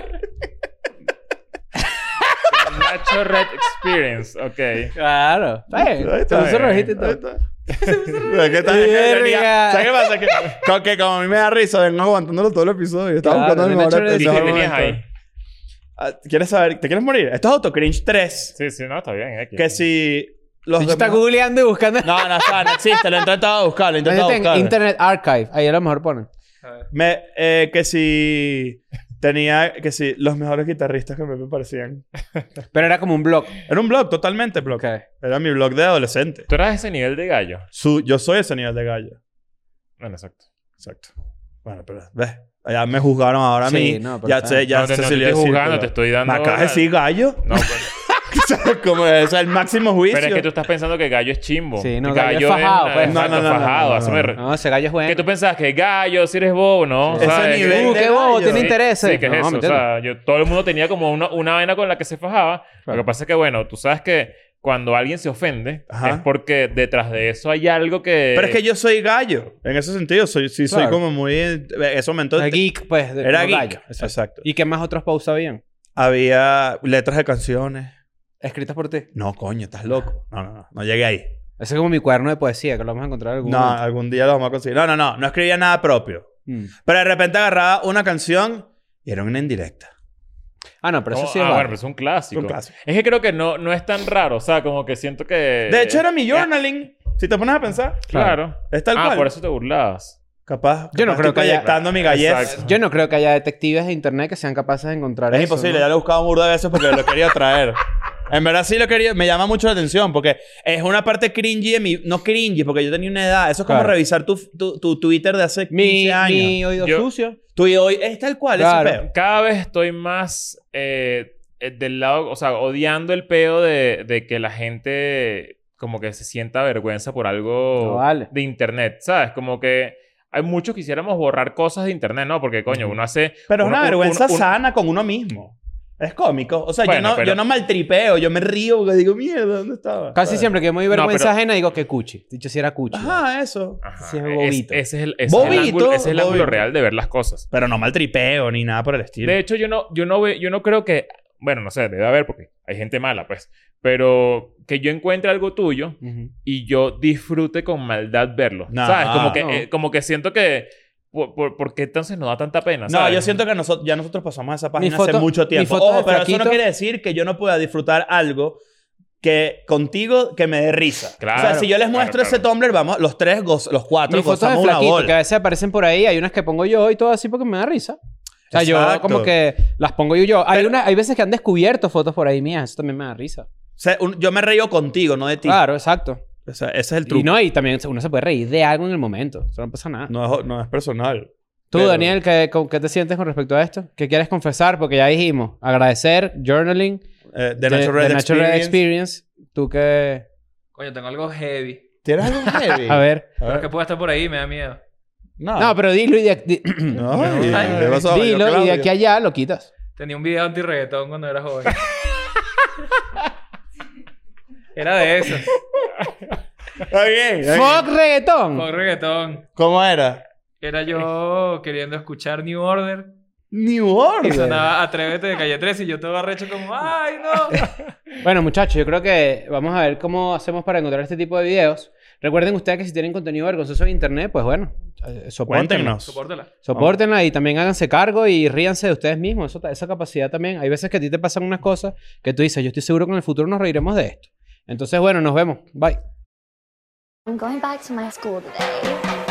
Speaker 4: Nacho Red Experience. Ok.
Speaker 5: Claro. Ay,
Speaker 1: Ahí
Speaker 5: te
Speaker 1: está,
Speaker 5: puso
Speaker 1: bien.
Speaker 5: rojito y todo.
Speaker 1: Ahí está. Pero que tal-
Speaker 5: Verga.
Speaker 1: ¿Sabes qué pasa? Que, con que como a mí me da risa, vengo aguantándolo todo el episodio. Estaba
Speaker 5: Claro,
Speaker 1: buscando el
Speaker 5: de
Speaker 1: mejor
Speaker 5: hecho,
Speaker 4: ¿Y
Speaker 5: Sí,
Speaker 4: qué
Speaker 1: episodio.
Speaker 5: de
Speaker 4: tenías
Speaker 1: momento.
Speaker 4: ahí?
Speaker 1: Ah, ¿Quieres saber? ¿Te quieres morir? Esto es Autocringe 3.
Speaker 4: Sí, sí, no, está bien. X.
Speaker 1: Que si los
Speaker 5: Yo está
Speaker 1: demás-
Speaker 5: googleando y buscando.
Speaker 1: No, no, está, no existe. Lo he intentado buscar, lo he intentado
Speaker 5: Métete en
Speaker 1: buscar.
Speaker 5: Internet Archive. Ahí a lo mejor ponen.
Speaker 1: Me, eh, que si tenía, que si los mejores guitarristas que me parecían.
Speaker 5: Pero era como un blog.
Speaker 1: Era un blog, totalmente blog.
Speaker 5: Ok.
Speaker 1: Era mi blog de adolescente.
Speaker 4: Tú eras ese nivel de gallo.
Speaker 1: Su, yo soy ese nivel de gallo.
Speaker 4: Bueno, exacto.
Speaker 1: Exacto. Bueno, pero ves, ya me juzgaron ahora
Speaker 5: Sí,
Speaker 1: a mí.
Speaker 5: no, pero
Speaker 1: ya
Speaker 5: está
Speaker 1: sé,
Speaker 5: bien.
Speaker 1: ya
Speaker 4: no, te,
Speaker 1: sé
Speaker 4: no
Speaker 1: si
Speaker 4: te
Speaker 1: le
Speaker 4: estoy
Speaker 1: iba a decir,
Speaker 4: jugando,
Speaker 1: pero-
Speaker 4: te estoy dando...
Speaker 1: ¿Me acabas de decir gallo?
Speaker 4: No, pero-
Speaker 1: ¿Sabes cómo es? O sea, el máximo juicio.
Speaker 4: Pero es que tú estás pensando que gallo es chimbo.
Speaker 5: Sí, no,
Speaker 4: Y
Speaker 5: gallo es fajado, pues.
Speaker 4: exacto,
Speaker 1: No, no, no,
Speaker 4: fajado.
Speaker 1: no, no,
Speaker 4: a eso me
Speaker 1: no.
Speaker 4: re-
Speaker 5: No, ese gallo es
Speaker 4: Que
Speaker 5: bueno.
Speaker 4: tú pensabas que gallo, si eres bobo, ¿no?
Speaker 1: Ese
Speaker 4: ¿Sabes?
Speaker 1: nivel
Speaker 5: Uh,
Speaker 1: de
Speaker 5: qué bobo,
Speaker 1: gallo.
Speaker 5: tiene
Speaker 1: Sí,
Speaker 5: intereses.
Speaker 4: Sí, que es
Speaker 5: No,
Speaker 4: eso.
Speaker 5: me
Speaker 4: O sea, yo- todo el mundo tenía como una, una vaina con la que se fajaba. Lo
Speaker 5: Claro.
Speaker 4: que pasa es que, bueno, tú sabes que cuando alguien se ofende
Speaker 1: Ajá.
Speaker 4: es porque detrás de eso hay algo que...
Speaker 1: Pero es que yo soy gallo. En ese sentido, soy, sí, soy
Speaker 5: Claro.
Speaker 1: como muy. eh, En ese momento.
Speaker 5: Era geek, pues. de-
Speaker 1: Era
Speaker 5: no
Speaker 1: geek.
Speaker 5: gallo.
Speaker 1: Exacto.
Speaker 5: Exacto. ¿Y qué más otros posts habían?
Speaker 1: Había letras de canciones.
Speaker 5: Escritas por ti.
Speaker 1: No, coño, estás loco. No, no, no. No llegué ahí.
Speaker 5: Ese es como mi cuaderno de poesía, que lo vamos a encontrar algún
Speaker 1: No,
Speaker 5: momento.
Speaker 1: algún día lo vamos a conseguir. No, no, no. No escribía nada propio.
Speaker 5: Mm.
Speaker 1: Pero de repente agarraba una canción y era una indirecta.
Speaker 5: Ah, no, pero eso
Speaker 1: Oh,
Speaker 4: No,
Speaker 5: sí
Speaker 4: ah,
Speaker 5: es
Speaker 4: bueno,
Speaker 5: válido.
Speaker 4: pero es un clásico.
Speaker 1: Un clásico.
Speaker 4: Es que creo que no, no es tan raro. O sea, como que siento que...
Speaker 5: eh,
Speaker 1: De hecho, era mi journaling. Si te pones a pensar,
Speaker 4: Claro.
Speaker 1: es tal
Speaker 4: ah,
Speaker 1: cual.
Speaker 4: por eso te burlabas.
Speaker 1: Capaz.
Speaker 5: Yo no
Speaker 1: capaz
Speaker 5: creo
Speaker 1: estoy
Speaker 5: que haya-
Speaker 1: proyectando mi gallez.
Speaker 4: Exacto.
Speaker 5: Yo no creo que haya detectives de internet que sean capaces de encontrar
Speaker 1: Es
Speaker 5: eso,
Speaker 1: imposible,
Speaker 5: ¿no?
Speaker 1: ya lo he buscado burda de veces porque lo quería traer. En verdad sí lo quería, me llama mucho la atención porque es una parte cringy de mi, no cringy, porque yo tenía una edad, eso es como
Speaker 5: Claro.
Speaker 1: revisar tu, tu, tu Twitter de hace 15
Speaker 5: Mi,
Speaker 1: años.
Speaker 5: mi oído
Speaker 4: Yo-
Speaker 5: sucio.
Speaker 1: Tú y hoy es tal cual,
Speaker 5: Claro.
Speaker 1: ese peo.
Speaker 4: Cada vez estoy más eh, eh, del lado, o sea, odiando el peo de, de que la gente como que se sienta vergüenza por algo
Speaker 5: No vale.
Speaker 4: de internet, ¿sabes? Como que hay muchos que quisiéramos borrar cosas de internet, ¿no? Porque, coño, uno hace...
Speaker 1: Pero es una
Speaker 4: uno- uno-
Speaker 1: vergüenza
Speaker 4: uno- uno-
Speaker 1: sana con uno mismo. Es cómico. O sea, yo,
Speaker 4: Bueno,
Speaker 1: no,
Speaker 4: pero-
Speaker 1: yo no maltripeo, yo me río porque digo, mierda, ¿dónde estaba?
Speaker 5: Casi
Speaker 1: ¿Sabes?
Speaker 5: siempre que me doy
Speaker 4: No,
Speaker 5: vergüenza
Speaker 4: pero-
Speaker 5: ajena, digo que cuchi. Dicho si era cuchi.
Speaker 1: Ajá, eso.
Speaker 4: Ajá,
Speaker 5: Sí, es
Speaker 4: es-
Speaker 5: bobito.
Speaker 4: ese es el, ese es el
Speaker 1: Bobito,
Speaker 4: ángulo, ese es el ángulo
Speaker 1: bobito.
Speaker 4: real de ver las cosas.
Speaker 1: Pero no maltripeo ni nada por el estilo.
Speaker 4: De hecho, yo no, yo no ve- yo no creo que, bueno, no sé, debe haber porque hay gente mala, pues, pero que yo encuentre algo tuyo
Speaker 5: Ujú.
Speaker 4: y yo disfrute con maldad verlo.
Speaker 1: ah, No,
Speaker 4: ¿Sabes? Como que,
Speaker 5: no.
Speaker 4: eh, como que siento que, por, por- ¿por qué entonces nos da tanta pena?
Speaker 1: no,
Speaker 4: ¿sabes?
Speaker 1: yo siento que nosotros, ya nosotros pasamos esa página hace
Speaker 5: foto-
Speaker 1: mucho
Speaker 5: mi
Speaker 1: tiempo.
Speaker 5: foto
Speaker 1: Ojo,
Speaker 5: de
Speaker 1: pero eso
Speaker 5: flaquito-
Speaker 1: no quiere decir que yo no pueda disfrutar algo que contigo que me dé risa. o
Speaker 4: Claro,
Speaker 1: sea, si yo les
Speaker 4: claro,
Speaker 1: muestro
Speaker 4: claro.
Speaker 1: ese Tumblr, vamos, los tres, goz- los cuatro,
Speaker 5: Mis fotos de
Speaker 1: gozamos una
Speaker 5: flaquito,
Speaker 1: bola.
Speaker 5: que a veces aparecen por ahí. Hay unas que pongo yo y todo así porque me da risa. O sea, yo
Speaker 1: Exacto.
Speaker 5: como que las pongo yo yo. Hay, una, hay veces que han descubierto fotos por ahí mías. Eso también me da risa.
Speaker 1: O sea, un- yo me río contigo, no de ti.
Speaker 5: Claro, exacto.
Speaker 1: O sea, ese es el
Speaker 5: Ah. Y
Speaker 1: truco.
Speaker 5: no, y también uno se puede reír de algo en el momento. Eso no pasa nada.
Speaker 1: no, es, no es personal.
Speaker 5: Tú,
Speaker 1: Pero-
Speaker 5: Daniel, ¿qué, con- ¿qué te sientes con respecto a esto? ¿Qué quieres confesar? Porque ya dijimos, agradecer, journaling,
Speaker 1: Eh,
Speaker 5: de-
Speaker 1: The Natural,
Speaker 5: de
Speaker 1: Red
Speaker 5: Natural Red
Speaker 1: Experience.
Speaker 5: Experience. Tú que...
Speaker 6: Coño, tengo algo heavy.
Speaker 1: ¿Tienes algo heavy?
Speaker 5: A ver.
Speaker 6: Pero que pueda estar por ahí, me da miedo.
Speaker 1: No.
Speaker 5: No, pero dilo y de, di-
Speaker 1: No, ¿qué pasó? Yo,
Speaker 5: dilo y de
Speaker 1: Claudio.
Speaker 5: aquí a allá lo quitas.
Speaker 6: Tenía un video anti-reggaetón cuando era joven. era de esos.
Speaker 1: Está bien, está bien.
Speaker 5: ¡Fuck reggaetón!
Speaker 6: Con reggaetón.
Speaker 1: ¿Cómo era?
Speaker 6: Era yo queriendo escuchar New Order.
Speaker 1: New
Speaker 6: Y
Speaker 1: Order.
Speaker 6: sonaba Atrévete de Calle 13 y yo todo arrecho como, ¡ay, no!
Speaker 5: Bueno, muchachos, yo creo que vamos a ver cómo hacemos para encontrar este tipo de videos. Recuerden ustedes que si tienen contenido vergonzoso en internet, pues bueno, eh, sopórtenlo.
Speaker 1: Cuéntenos.
Speaker 6: Sopórtala.
Speaker 5: Sopórtenla y también háganse cargo y ríanse de ustedes mismos. Eso ta- esa capacidad también. Hay veces que a ti te pasan unas cosas que tú dices, yo estoy seguro que en el futuro nos reiremos de esto. Entonces, bueno, nos vemos. Bye.
Speaker 7: I'm going back to my school today.